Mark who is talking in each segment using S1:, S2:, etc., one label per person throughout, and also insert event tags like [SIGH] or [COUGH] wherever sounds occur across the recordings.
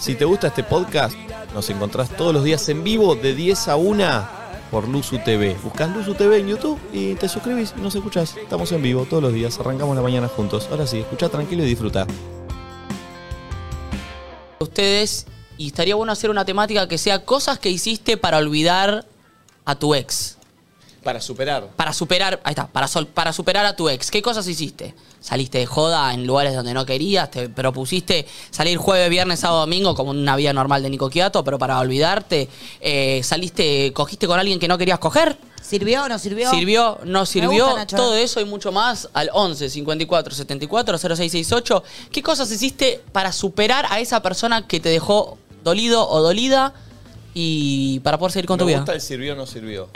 S1: Si te gusta este podcast, nos encontrás todos los días en vivo de 10 a 1 por Luzu TV. Buscás Luzu TV en YouTube y te suscribís y nos escuchás. Estamos en vivo todos los días, arrancamos la mañana juntos. Ahora sí, escucha tranquilo y disfruta.
S2: a ustedes y estaría bueno hacer una temática que sea cosas que hiciste para olvidar a tu ex.
S1: Para superar.
S2: Para superar, ahí está, para, sol- para superar a tu ex. ¿Qué cosas hiciste? ¿Saliste de joda en lugares donde no querías? ¿Te propusiste salir jueves, viernes, sábado, domingo como una vida normal de Nico Quiato, pero para olvidarte? Eh, ¿Saliste, cogiste con alguien que no querías coger?
S3: ¿Sirvió o no sirvió?
S2: Sirvió, no sirvió,
S3: gusta, Nacho. ¿eh?
S2: todo eso y mucho más al 11 54 74 0668. ¿Qué cosas hiciste para superar a esa persona que te dejó dolido o dolida y para poder seguir con tu vida?
S1: el sirvió o
S2: [CLEARS THROAT]
S1: no sirvió.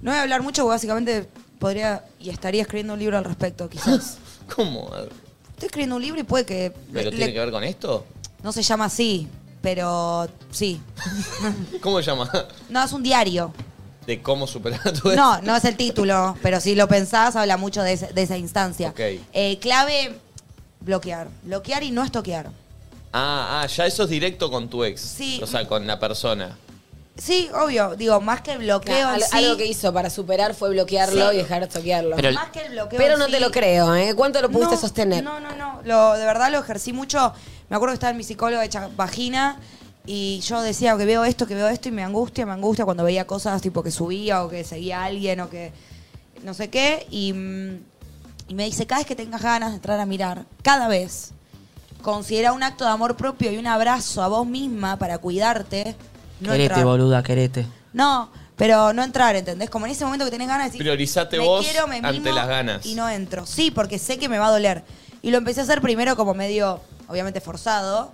S3: No voy a hablar mucho, porque básicamente podría y estaría escribiendo un libro al respecto, quizás.
S1: ¿Cómo?
S3: Estoy escribiendo un libro y puede que. le-
S1: ver con esto?
S3: No se llama así, pero sí.
S1: ¿Cómo se llama? [LAUGHS]
S3: No, es un diario.
S1: ¿De cómo superar a tu
S3: No, no es el título, pero si lo pensás, habla mucho de, ese- de esa instancia.
S1: Ok.
S3: Eh, clave: bloquear. Bloquear y no estoquear.
S1: Ah, ah, ya eso es directo con tu ex.
S3: Sí.
S1: O sea, con la persona.
S3: Sí, obvio. Digo, más que el bloqueo
S4: Nah,
S3: en
S4: al-
S3: sí,
S4: Algo que hizo para superar fue bloquearlo
S3: Sí.
S4: y dejar de toquearlo.
S2: Pero-
S4: Pero,
S3: Más que el bloqueo en
S4: no
S3: sí.
S4: te lo creo, ¿eh? ¿Cuánto lo pudiste
S3: No,
S4: sostener?
S3: No, no, no. Lo, de verdad lo ejercí mucho. Me acuerdo que estaba en mi psicóloga hecha vagina y yo decía que veo esto, que veo esto y me angustia, me angustia cuando veía cosas tipo que subía o que seguía a alguien o que no sé qué. Y, mm, y me dice, cada vez que tengas ganas de entrar a mirar, cada vez, considera un acto de amor propio y un abrazo a vos misma para cuidarte. No entrar.
S2: boluda, querete.
S3: No, pero no entrar, ¿entendés? Como en ese momento que tenés ganas de decir.
S1: Priorizate
S3: me
S1: vos
S3: quiero, me mimo
S1: ante las ganas.
S3: Y no entro. Sí, porque sé que me va a doler. Y lo empecé a hacer primero como medio, obviamente, forzado.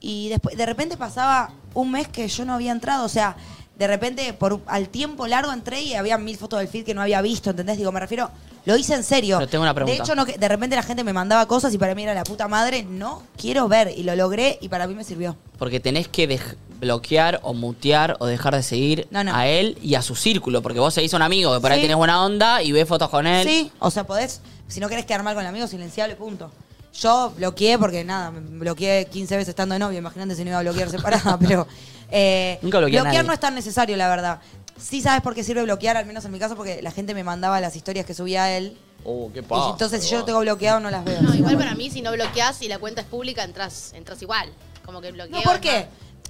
S3: Y después, de repente pasaba un mes que yo no había entrado. O sea, de repente, por un- al tiempo largo entré y había mil fotos del feed que no había visto, ¿entendés? Digo, me refiero. Lo hice en serio.
S2: Pero tengo una pregunta.
S3: De hecho, no, que- de repente la gente me mandaba cosas y para mí era la puta madre. No quiero ver. Y lo logré y para mí me sirvió.
S2: Porque tenés que dej- bloquear o mutear o dejar de seguir
S3: No, no.
S2: a él y a su círculo, porque vos seguís a un amigo que por ahí
S3: Sí.
S2: tenés buena onda y ves fotos con él.
S3: Sí, o sea, podés, si no querés quedar mal con el amigo, silenciable, punto. Yo bloqueé porque nada, me bloqueé 15 veces estando de novio, imagínate si no iba a bloquear separada, [LAUGHS] pero. eh,
S2: Nunca bloqueé a
S3: Bloquear
S2: nadie.
S3: no es tan necesario, la verdad. Sí sabes por qué sirve bloquear, al menos en mi caso, porque la gente me mandaba las historias que subía él.
S1: Oh, qué
S3: y
S1: pasa.
S3: entonces si yo
S1: guau.
S3: lo tengo bloqueado, no las veo.
S5: No, igual para mí, si no bloqueas y la cuenta es pública, entras, entras igual. Como que bloqueo.
S3: No, ¿por qué?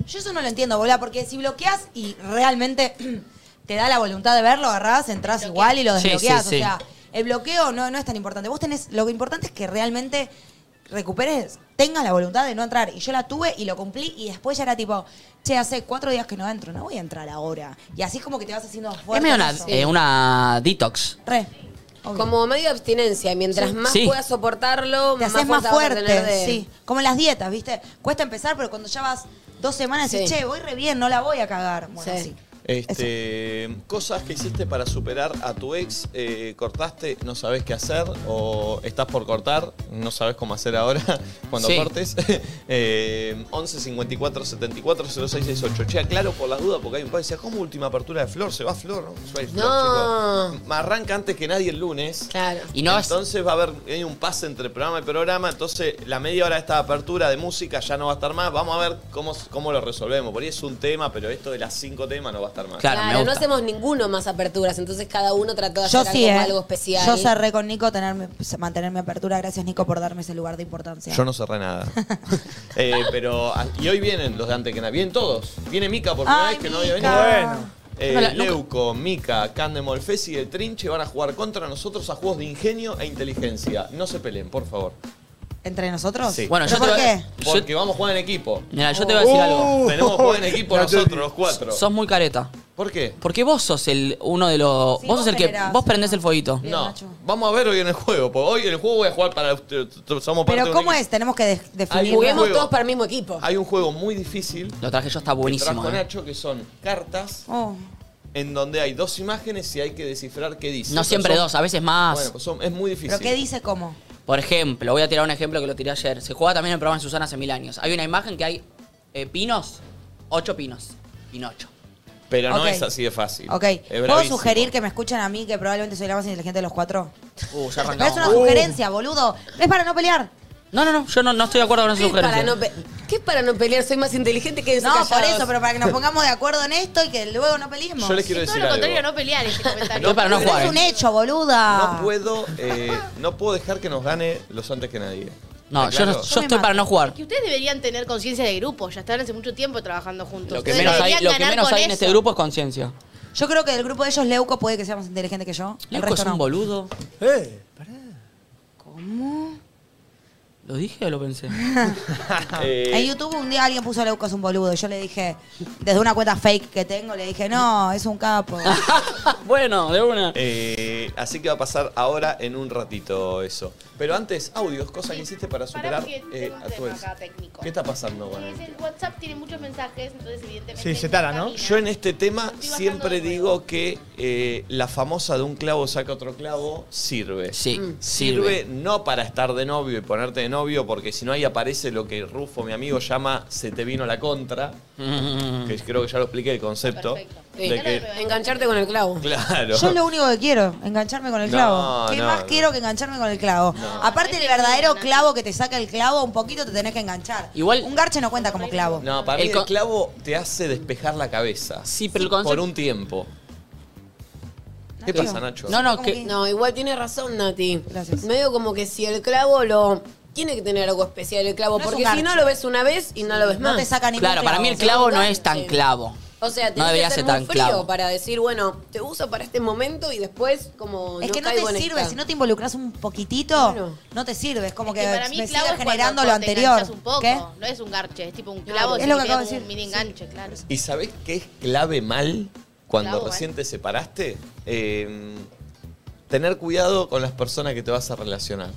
S3: Yo eso no lo entiendo, boludo, porque si bloqueas y realmente [CLEARS THROAT] te da la voluntad de verlo, agarrás, entrás igual y lo
S2: Sí,
S3: desbloqueás.
S2: sí, sí.
S3: O sea, el bloqueo no, no es tan importante. Vos tenés, lo que importante es que realmente recuperes, tengas la voluntad de no entrar. Y yo la tuve y lo cumplí y después ya era tipo, che, hace cuatro días que no entro, no voy a entrar ahora. Y así es como que te vas haciendo fuerte.
S2: Es medio una,
S3: en eso.
S2: eh, una detox.
S3: Re. obvio.
S4: Como medio de abstinencia, mientras
S2: Sí.
S4: más
S2: Sí.
S4: puedas soportarlo,
S3: te haces más
S4: fuerza vas a
S3: fuerte,
S4: tener de-
S3: sí. Como las dietas, ¿viste? Cuesta empezar, pero cuando ya vas dos semanas decís,
S4: Sí.
S3: che, voy re bien, no la voy a cagar. Bueno, sí.
S4: Sí.
S1: Este, cosas que hiciste para superar a tu ex, eh, cortaste, no sabes qué hacer o estás por cortar, no sabes cómo hacer ahora [LAUGHS] cuando
S2: Sí.
S1: cortes. [LAUGHS] eh, 11 54 74 06 68. Che, claro por las dudas porque hay un padre que decía, ¿cómo última apertura de Flor? Se va Flor, ¿no? Se va a ir Flor,
S4: No.
S1: chicos. Arranca antes que nadie el lunes.
S4: Claro.
S2: Y no es,
S1: entonces va a haber hay un pase entre programa y programa, entonces la media hora de esta apertura de música ya no va a estar más, vamos a ver cómo, cómo lo resolvemos, por ahí es un tema, pero esto de las cinco temas no va a estar más.
S2: Claro, me
S4: Claro, no
S2: gusta.
S4: hacemos ninguno más aperturas, entonces cada uno trató de
S3: Yo
S4: hacer
S3: sí,
S4: algo,
S3: eh.
S4: algo especial.
S3: Yo cerré con Nico tenerme, mantener mi apertura. Gracias, Nico, por darme ese lugar de importancia.
S1: Yo no cerré nada. [LAUGHS] Eh, pero, y hoy vienen los de antes que nada, vienen todos. Viene Mica por primera
S3: Ay,
S1: vez que no había venido.
S3: Mica. Bueno.
S1: Eh,
S2: No, la- nunca-
S1: Leuco, Mica, Candemolfes y el Trinche van a jugar contra nosotros a juegos de ingenio e inteligencia. No se peleen, por favor.
S3: ¿Entre nosotros?
S1: Sí.
S2: Bueno,
S3: ¿Pero
S2: yo
S3: ¿Por
S2: te-
S3: qué?
S2: Yo-
S1: Porque vamos a jugar en
S3: [LAUGHS]
S1: equipo.
S2: Mira, yo te voy a decir
S1: Uh,
S2: algo.
S1: Tenemos juego en equipo nosotros, los cuatro.
S2: Sos muy careta.
S1: ¿Por qué?
S2: Porque vos sos el uno de los.
S3: Sí,
S2: vos
S3: vos
S2: sos el que.
S3: generás,
S2: Vos prendés
S3: ¿no?
S2: el fueguito.
S3: Bien,
S1: no,
S3: Nacho.
S1: vamos a ver hoy en el juego. Porque hoy en el juego voy a jugar para. Somos parte de
S3: Pero
S1: un
S3: ¿cómo
S1: equipo.
S3: es? Tenemos que de- definir.
S1: Juguemos
S4: Juguemos
S1: juego.
S4: todos para el mismo equipo.
S1: Hay un juego muy difícil
S2: Lo traje yo, está
S1: que trajo
S2: buenísimo. eh.
S1: Nacho que son cartas
S3: Oh.
S1: en donde hay dos imágenes y hay que descifrar qué dice.
S2: No
S1: Pero
S2: siempre
S1: son-
S2: dos, a veces más.
S1: Bueno, pues son- es muy difícil.
S3: ¿Pero qué dice cómo?
S2: Por ejemplo, voy a tirar un ejemplo que lo tiré ayer. Se juega también en el programa de Susana hace mil años. Hay una imagen que hay eh, pinos, ocho pinos. Pinocho.
S1: Pero no
S3: Ok.
S1: es así de fácil.
S3: Ok.
S1: Es
S3: ¿Puedo
S1: bravísimo.
S3: sugerir que me escuchen a mí, que probablemente soy la más inteligente de los cuatro?
S2: Uh, ya
S3: Pero es una
S2: arrancamos.
S3: sugerencia, boludo. Es para no pelear.
S2: No, no, no, yo no, no estoy de acuerdo con esa
S4: ¿Qué para,
S2: sugerencia.
S4: no pe- ¿Qué para no pelear? Soy más inteligente que
S3: No, por eso, pero para que nos pongamos de acuerdo en esto y que luego no peleemos.
S1: Yo les quiero
S5: Es todo
S1: decir
S5: lo contrario,
S1: algo.
S5: no pelear
S2: [LAUGHS]
S5: este comentario.
S2: Yo para no
S3: Pero
S2: jugar.
S3: es un hecho, boluda.
S1: No puedo, eh, no puedo dejar que nos gane los antes que nadie.
S2: No,
S1: ¿Está
S2: yo, no-
S1: claro?
S2: yo
S3: Yo me
S2: estoy para
S3: mato.
S2: no jugar.
S5: Que ustedes deberían tener conciencia de grupo, ya están hace mucho tiempo trabajando juntos.
S1: Lo que
S2: Lo que
S5: Ustedes
S2: menos hay,
S5: deberían
S2: lo que
S5: ganar
S2: menos
S5: con
S2: hay en
S5: eso.
S2: este grupo es conciencia.
S3: Yo creo que del grupo de ellos, Leuco puede que sea más inteligente que yo. El
S2: Leuco es
S3: resto
S2: un
S3: no.
S2: boludo.
S6: ¡Eh!
S3: ¿Cómo?
S2: ¿Lo dije o lo pensé? [LAUGHS]
S1: Eh,
S3: En YouTube Ah. un día alguien puso Leuco es un boludo. Yo le dije, desde una cuenta fake que tengo, le dije, no, es
S1: [LAUGHS]
S3: un capo.
S2: bueno, de una.
S1: eh, así que va a pasar ahora en un ratito eso. Pero antes, audios, cosas que hiciste para
S5: Pará,
S1: superar
S5: porque
S1: eh,
S5: tengo un
S1: a tu
S5: tema
S1: ex.
S5: acá técnico.
S1: ¿Qué está pasando con
S5: Es
S1: él?
S5: el WhatsApp tiene muchos mensajes, entonces evidentemente...
S6: Sí, se tara, ¿no?
S5: camina.
S1: Yo en este tema
S5: Estoy bajando
S1: siempre
S5: de nuevo.
S1: digo que eh, la famosa de un clavo saca otro clavo sirve.
S2: Sí,
S1: Sirve
S2: sirve.
S1: no para estar de novio y ponerte de novio, porque si no ahí aparece lo que Rufo, mi amigo, llama se te vino la contra,
S2: Mm.
S1: que creo que ya lo expliqué el concepto.
S5: Perfecto.
S1: de
S4: Sí.
S1: que-
S4: Engancharte con el clavo.
S1: claro.
S3: Yo lo único que quiero, engancharme con el
S1: No,
S3: clavo. ¿Qué
S1: no,
S3: más
S1: no.
S3: quiero que engancharme con el clavo? Aparte, el verdadero clavo que te saca el clavo, un poquito te tenés que enganchar.
S2: Igual-
S3: Un garche no cuenta como clavo.
S1: No, para mí
S2: El
S1: el
S2: con-
S1: clavo te hace despejar la cabeza.
S2: Sí, pero el concepto-
S1: Por un tiempo. ¿Qué
S3: Nacho.
S1: pasa, Nacho?
S2: No, no,
S3: ¿Cómo
S2: que,
S3: que-
S4: No, igual tiene razón, Nati.
S3: Gracias.
S4: Medio como que si el clavo lo. Tiene que tener algo especial el clavo,
S3: No es
S4: porque
S3: un
S4: si no
S3: garcho.
S4: lo ves una vez y no lo ves
S3: No
S4: más.
S3: te saca ningún
S2: Claro, para mí el clavo no es tan
S4: Sí.
S2: clavo.
S4: O sea,
S2: no
S4: tenés
S2: debería
S4: que
S2: ser
S4: ser
S2: tan
S4: muy frío
S2: clavo.
S4: para decir, bueno, te uso para este momento y después como
S3: Es que no
S4: caigo
S3: te
S4: en
S3: sirve,
S4: esta.
S3: si no te involucras un poquito,
S4: Claro.
S3: no te sirve. Es como
S5: Es
S3: que,
S5: que para mí
S3: me
S5: clavo
S3: sigue
S5: es cuando
S3: generando lo
S5: te enganchas
S3: anterior.
S5: Un poco.
S3: ¿Qué?
S5: No es un garche, es tipo un clavo.
S3: es
S5: se
S3: lo
S5: te
S3: que
S5: queda
S3: acabo de
S5: como Un
S3: decir.
S5: mini
S3: Sí.
S5: enganche, claro.
S1: ¿Y sabés qué es clave mal cuando
S5: Clavo,
S1: recién
S5: ¿eh?
S1: te separaste? Eh, tener cuidado con las personas que te vas a relacionar.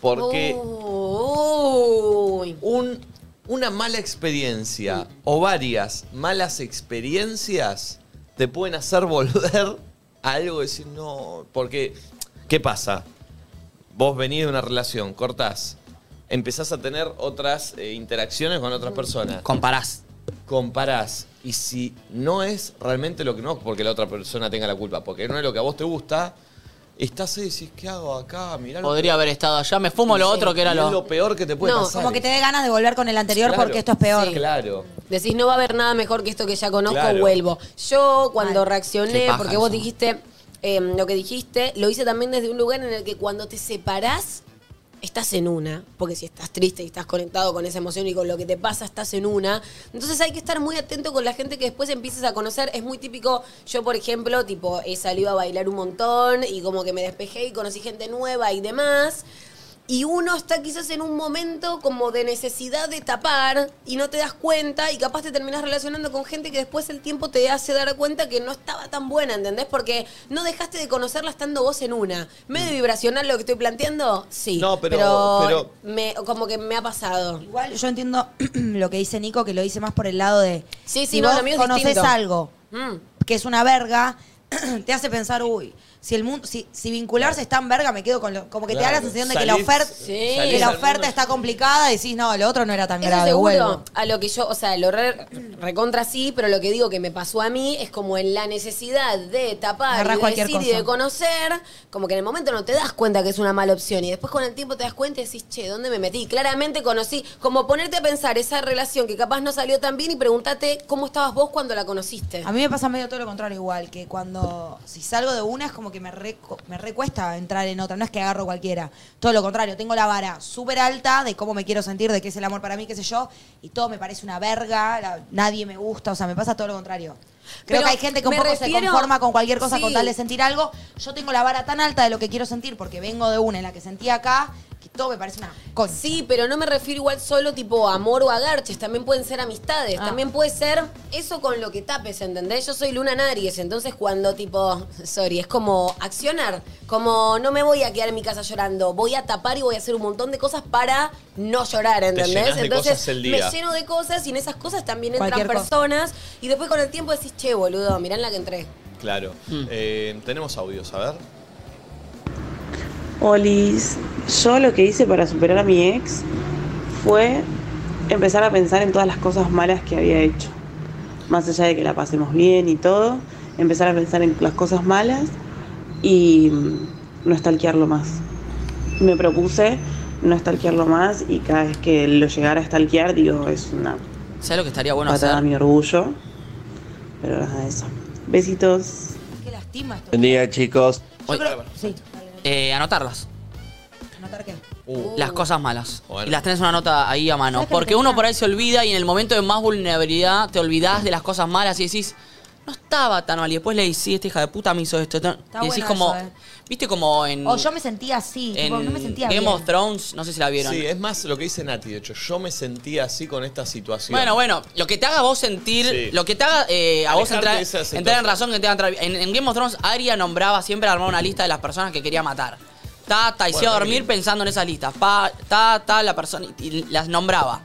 S1: Porque
S5: Oh.
S4: Uy.
S1: un- una mala experiencia o varias malas experiencias te pueden hacer [LAUGHS] volver a algo y decir, no, porque, ¿qué pasa? Vos venís de una relación, cortás, empezás a tener otras eh, interacciones con otras personas
S2: Comparás.
S1: comparás y si no es realmente lo que no, porque la otra persona tenga la culpa, porque no es lo que a vos te gusta, estás ahí y decís, ¿qué hago acá? Mirá lo
S2: Podría haber estado allá. Me fumo lo otro que era
S1: y es lo
S2: lo.
S1: peor que te puede
S4: No,
S1: pasar.
S3: Como que te dé ganas de volver con el anterior
S1: Claro.
S3: porque esto es peor.
S1: Sí, Claro.
S4: Decís, no va a haber nada mejor que esto que ya conozco,
S1: Claro.
S4: vuelvo. Yo cuando
S2: Qué
S4: reaccioné,
S2: paja
S4: porque vos
S2: eso.
S4: dijiste eh, lo que dijiste, lo hice también desde un lugar en el que cuando te separás, estás en una. Porque si estás triste y estás conectado con esa emoción y con lo que te pasa, estás en una. Entonces hay que estar muy atento con la gente que después empieces a conocer. Es muy típico, yo por ejemplo, tipo, he salido a bailar un montón y como que me despejé y conocí gente nueva y demás. Y uno está quizás en un momento como de necesidad de tapar y no te das cuenta y capaz te terminas relacionando con gente que después el tiempo te hace dar cuenta que no estaba tan buena, ¿entendés? Porque no dejaste de conocerla estando vos en una. ¿Medio vibracional lo que estoy planteando? Sí.
S1: Mm. No, pero- pero-
S4: me- como que me ha pasado.
S3: Igual yo entiendo [CLEARS THROAT] lo que dice Nico, que lo dice más por el lado de.
S4: Sí, sí,
S3: si
S4: no,
S3: vos
S4: lo mío es
S3: conoces
S4: distinto.
S3: algo
S4: Mm.
S3: que es una verga, [CLEARS THROAT] te hace pensar, uy, si el mundo, si, si vincularse es tan verga, me quedo con lo. Como que te da la
S1: Claro.
S3: sensación de que la
S1: Salís-
S3: oferta,
S1: Sí.
S3: que
S1: salís
S3: la
S1: al mundo.
S3: oferta está complicada y decís, no, lo otro no era tan
S4: Eso
S3: grave.
S4: seguro
S3: vuelvo.
S4: a lo que yo, o sea, lo re- recontra sí, pero lo que digo que me pasó a mí es como en la necesidad de tapar
S3: Agarrás
S4: y de
S3: cualquier
S4: decir y
S3: cosa.
S4: de conocer, como que en el momento no te das cuenta que es una mala opción y después con el tiempo te das cuenta y decís, che, ¿dónde me metí? Claramente conocí, como ponerte a pensar esa relación que capaz no salió tan bien y preguntarte cómo estabas vos cuando la conociste.
S3: A mí me pasa medio todo lo contrario igual, que cuando si salgo de una es como que me, re- me recuesta entrar en otra, no es que agarro cualquiera, todo lo contrario, tengo la vara súper alta de cómo me quiero sentir, de qué es el amor para mí, qué sé yo, y todo me parece una verga, la- nadie me gusta, o sea, me pasa todo lo contrario. Creo
S4: Pero
S3: que hay gente que un
S4: me
S3: poco se
S4: refiero-
S3: conforma con cualquier cosa con
S4: Sí.
S3: tal de sentir algo. Yo tengo la vara tan alta de lo que quiero sentir porque vengo de una en la que sentí acá, que todo me parece una concha.
S4: Sí, pero no me refiero igual solo tipo a amor o a garches, también pueden ser amistades,
S3: Ah.
S4: también puede ser eso con lo que tapes, ¿entendés? Yo soy Luna en Aries, entonces cuando tipo, sorry, es como accionar, como no me voy a quedar en mi casa llorando, voy a tapar y voy a hacer un montón de cosas para no llorar, ¿entendés?
S1: llenas de
S4: entonces
S1: cosas el día.
S4: me lleno de cosas y en esas cosas también entran
S3: Cualquier cosa.
S4: personas y después con el tiempo decís, che, boludo, mirá en la que entré.
S1: Claro.
S2: Hmm.
S1: Eh, tenemos audios, a ver.
S7: Olis, yo lo que hice para superar a mi ex fue empezar a pensar en todas las cosas malas que había hecho. Más allá de que la pasemos bien y todo, empezar a pensar en las cosas malas y mm, no estalquearlo más. Me propuse no stalkearlo más y cada vez que lo llegara a stalkear, digo, es una
S2: ¿Sabes lo que estaría bueno
S7: patada a
S2: hacer?
S7: mi orgullo. Pero nada, eso. Besitos.
S3: Qué lastima esto.
S6: Buen día, chicos.
S2: Oye,
S3: Sí, dale, dale.
S2: eh, anotarlas.
S3: Anotar qué.
S1: Uh,
S2: Las cosas malas.
S1: Bueno.
S2: Y las tenés una nota ahí a mano.
S3: ¿Sabes que
S2: Porque
S3: me
S2: uno
S3: pensaba?
S2: por ahí se olvida y en el momento de más vulnerabilidad te olvidás de las cosas malas y decís, no estaba tan mal. Y después le decís, sí, esta hija de puta me hizo esto. esto". y decís
S3: bueno
S2: como,
S3: eso, eh.
S2: viste como en,
S3: O yo me sentía así, tipo,
S2: en
S3: no me sentía
S2: Mm. Game
S3: bien.
S2: of Thrones, no sé si la vieron.
S1: Sí, es más lo que dice Nati, de hecho. Yo me sentía así con esta situación.
S2: Bueno, bueno, lo que te haga vos sentir,
S1: Sí.
S2: lo que te haga eh, a vos
S1: Alejarte
S2: entrar,
S1: de esas
S2: entrar en
S1: situaciones.
S2: razón, que te haga entrar- en, en Game of Thrones, Arya nombraba siempre armaba una lista de las personas que quería matar. Tata, y se iba a
S1: Bueno,
S2: dormir
S1: bien.
S2: pensando en esas listas. Pa, ta, ta, la persona, y- y las nombraba.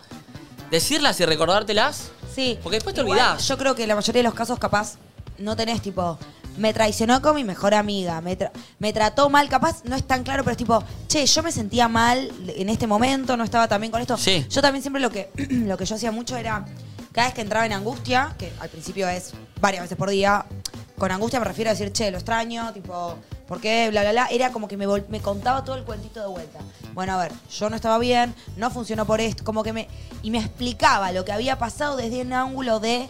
S2: Decirlas y recordártelas.
S3: Sí.
S2: Porque después te
S3: Igual,
S2: olvidás.
S3: Yo creo que la mayoría de los casos, capaz, no tenés tipo. Me traicionó con mi mejor amiga, me, tra- me trató mal, capaz no es tan claro, pero es tipo, che, yo me sentía mal en este momento, no estaba tan bien con esto.
S2: Sí.
S3: Yo también siempre lo que, [CLEARS THROAT] lo que yo hacía mucho era, cada vez que entraba en angustia, que al principio es varias veces por día, con angustia me refiero a decir, che, lo extraño, tipo, ¿por qué? Bla, bla, bla. Era como que me, vol- me contaba todo el cuentito de vuelta. Bueno, a ver, yo no estaba bien, no funcionó por esto, como que me... Y me explicaba lo que había pasado desde un ángulo de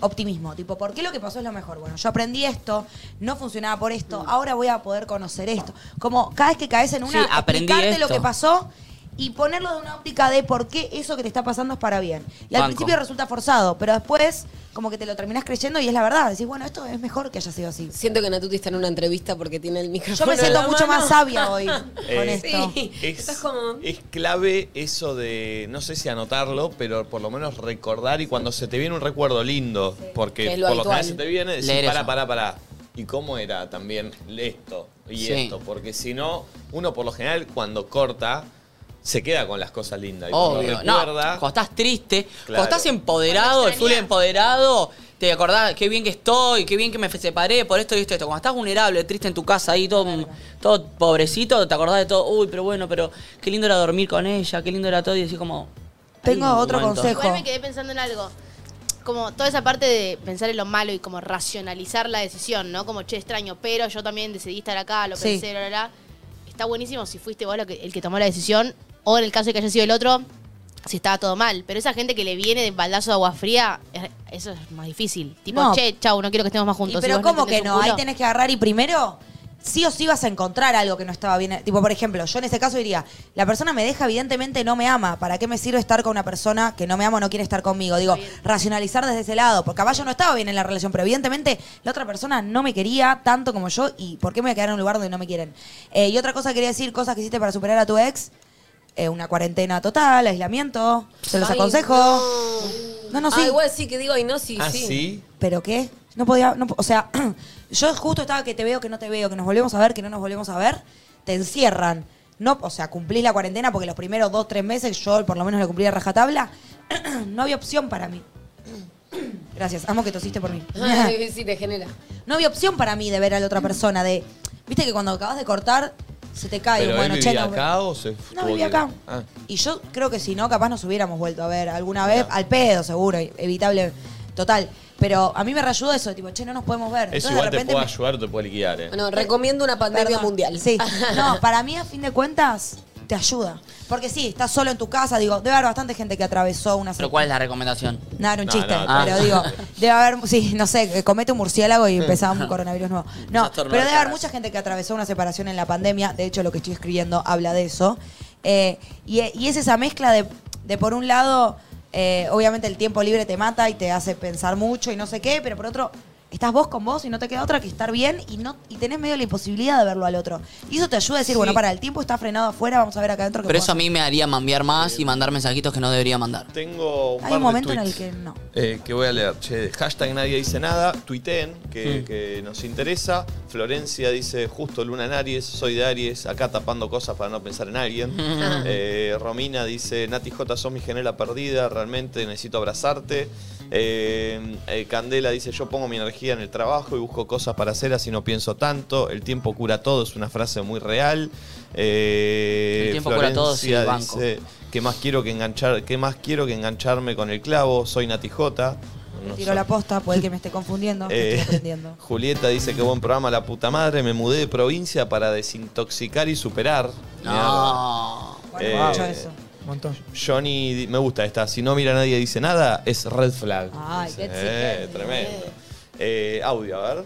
S3: optimismo. Tipo, ¿por qué lo que pasó es lo mejor? Bueno, yo aprendí esto, no funcionaba por esto, ahora voy a poder conocer esto. Como cada vez que caes en una,
S2: Mm. Sí, aprendí
S3: explicarte lo
S2: esto.
S3: que pasó y ponerlo de una óptica de por qué eso que te está pasando es para bien. Y al
S2: Banco.
S3: principio resulta forzado, pero después como que te lo terminás creyendo y es la verdad. Decís, bueno, esto es mejor que haya sido así.
S4: Siento que Natuti está en una entrevista porque tiene el micrófono.
S3: Yo me
S4: en
S3: siento
S4: la
S3: mucho
S4: mano.
S3: más sabia
S4: [LAUGHS]
S3: hoy con
S1: Eh,
S3: esto.
S4: Sí,
S1: Es,
S4: estás como.
S1: es clave eso de, no sé si anotarlo, pero por lo menos recordar y cuando se te viene un recuerdo lindo, porque
S4: Que es lo
S1: por lo general
S4: habitual.
S1: se te viene, decís,
S2: Leer
S1: para,
S2: eso.
S1: para, para. ¿Y cómo era también esto y
S2: Sí.
S1: esto? Porque si no, uno por lo general cuando corta, se queda con las cosas lindas. Y cuando
S2: Obvio, no.
S1: recuerda,
S2: Cuando estás triste, cuando
S1: Claro.
S2: estás empoderado, el full
S5: extrañás.
S2: empoderado, te acordás qué bien que estoy, qué bien que me separé por esto y esto, y esto. Cuando estás vulnerable, triste en tu casa ahí, todo, todo pobrecito, te acordás de todo. Uy, pero bueno, pero qué lindo era dormir con ella, qué lindo era todo. Y decís como. hay
S3: Tengo
S2: un
S3: otro consejo.
S5: Igual me quedé pensando en algo. Como toda esa parte de pensar en lo malo y como racionalizar la decisión, ¿no? Como, che, extraño, pero yo también decidí estar acá, lo
S3: Sí.
S5: pensé, bla, bla, bla. Está buenísimo si fuiste vos lo que- el que tomó la decisión o en el caso de que haya sido el otro, si estaba todo mal. Pero esa gente que le viene de baldazo de agua fría, es- eso es más difícil. Tipo,
S3: No.
S5: che, chau, no quiero que estemos más
S3: Y
S5: juntos. Si
S3: pero
S5: vos no
S3: ¿cómo que
S5: entendés un
S3: no? Ahí
S5: culo-
S3: tenés que agarrar y primero sí o sí vas a encontrar algo que no estaba bien. Tipo, por ejemplo, yo en ese caso diría, la persona me deja, evidentemente no me ama. ¿Para qué me sirve estar con una persona que no me ama o no quiere estar conmigo? Digo, racionalizar desde ese lado, porque capaz yo no estaba bien en la relación, pero evidentemente la otra persona no me quería tanto como yo y ¿por qué me voy a quedar en un lugar donde no me quieren? Eh, y otra cosa que quería decir, cosas que hiciste para superar a tu ex. eh, una cuarentena total, aislamiento, se los
S4: Ay,
S3: aconsejo. No,
S4: No,
S3: no, sí.
S4: Ah, igual sí que digo, y no, sí,
S1: Ah,
S4: sí.
S1: sí.
S3: ¿Pero qué? No podía, no po- o sea, [CLEARS THROAT] yo justo estaba que te veo, que no te veo, que nos volvemos a ver, que no nos volvemos a ver, te encierran. No, o sea, cumplís la cuarentena porque los primeros dos, tres meses yo por lo menos lo cumplí a rajatabla. [CLEARS THROAT] No había opción para mí. [CLEARS THROAT] Gracias, amo que tosiste por mí. [LAUGHS]
S4: Ay, [LAUGHS] sí, te genera.
S3: No había opción para mí de ver a la otra persona, de, viste que cuando acabas de cortar, se te cae.
S1: ¿Pero él
S3: bueno, che,
S1: vivía
S3: no-
S1: acá o se
S3: no,
S1: tuvo
S3: vivía
S1: que ir?
S3: acá.
S1: Ah.
S3: Y yo creo que si no, capaz nos hubiéramos vuelto a ver alguna vez, al pedo seguro, evitable, total. Pero a mí me reayudó eso, tipo, che, no nos podemos ver.
S1: Eso
S3: Entonces,
S1: igual
S3: de
S1: te
S3: repente
S1: puede
S3: me-
S1: ayudar o te puede liquidar, ¿eh?
S4: Bueno, recomiendo una pandemia
S3: Perdón.
S4: mundial. [LAUGHS]
S3: Sí. No, para mí, a fin de cuentas, te ayuda. Porque sí, estás solo en tu casa, digo, debe haber bastante gente que atravesó una...
S2: Pero ¿cuál es la recomendación?
S3: Nada, era un
S1: No,
S3: chiste.
S1: no,
S2: no.
S3: pero digo, debe haber, sí, no sé, que comete un murciélago y empezaba
S2: [LAUGHS]
S3: un coronavirus nuevo. No,
S2: Trastorno
S3: pero debe
S2: de
S3: haber
S2: caras.
S3: mucha gente que atravesó una separación en la pandemia. De hecho, lo que estoy escribiendo habla de eso. Eh, y, y es esa mezcla de, de por un lado, eh, obviamente el tiempo libre te mata y te hace pensar mucho y no sé qué, pero por otro. Estás vos con vos y no te queda otra que estar bien y no y tenés medio la imposibilidad de verlo al otro. Y eso te ayuda a decir, bueno, para, el tiempo está frenado afuera, vamos a ver acá adentro qué
S2: Pero
S3: puedo
S2: eso a
S3: hacer.
S2: mí me haría mambiar más y mandar mensajitos que no debería mandar.
S1: Tengo un
S3: Hay
S1: par
S3: un
S1: de
S3: momento en el
S1: tweets,
S3: que no.
S1: eh, que voy a leer. Che, hashtag nadie dice nada. Tuiteen, que, que nos interesa. Florencia dice, justo Luna en Aries, soy de Aries, acá tapando cosas para no pensar en alguien.
S2: Ah.
S1: Eh, Romina dice, Nati J, sos mi genera perdida, realmente necesito abrazarte. Eh, eh, Candela dice, yo pongo mi energía en el trabajo y busco cosas para hacer, así no pienso tanto. El tiempo cura todo, es una frase muy real. Eh,
S2: El tiempo cura todo, sí,
S1: Florencia
S2: banco.
S1: dice, ¿Qué más quiero que enganchar? ¿Qué más quiero que engancharme con el clavo? Soy Nati Jota. No
S3: Tiro
S1: sé.
S3: la posta, puede que me esté confundiendo, que
S1: Eh,
S6: [LAUGHS]
S3: estoy aprendiendo.
S1: Julieta dice que buen programa la puta madre, me mudé de provincia para desintoxicar y superar. Mirá,
S2: No.
S3: Bueno,
S1: Eh,
S3: mucho eso.
S6: Un montón.
S1: Johnny, di- me gusta esta. Si no mira a nadie y dice nada, es red flag.
S3: Ay, qué
S1: Eh,
S3: exigente.
S1: tremendo. Eh, audio, a ver.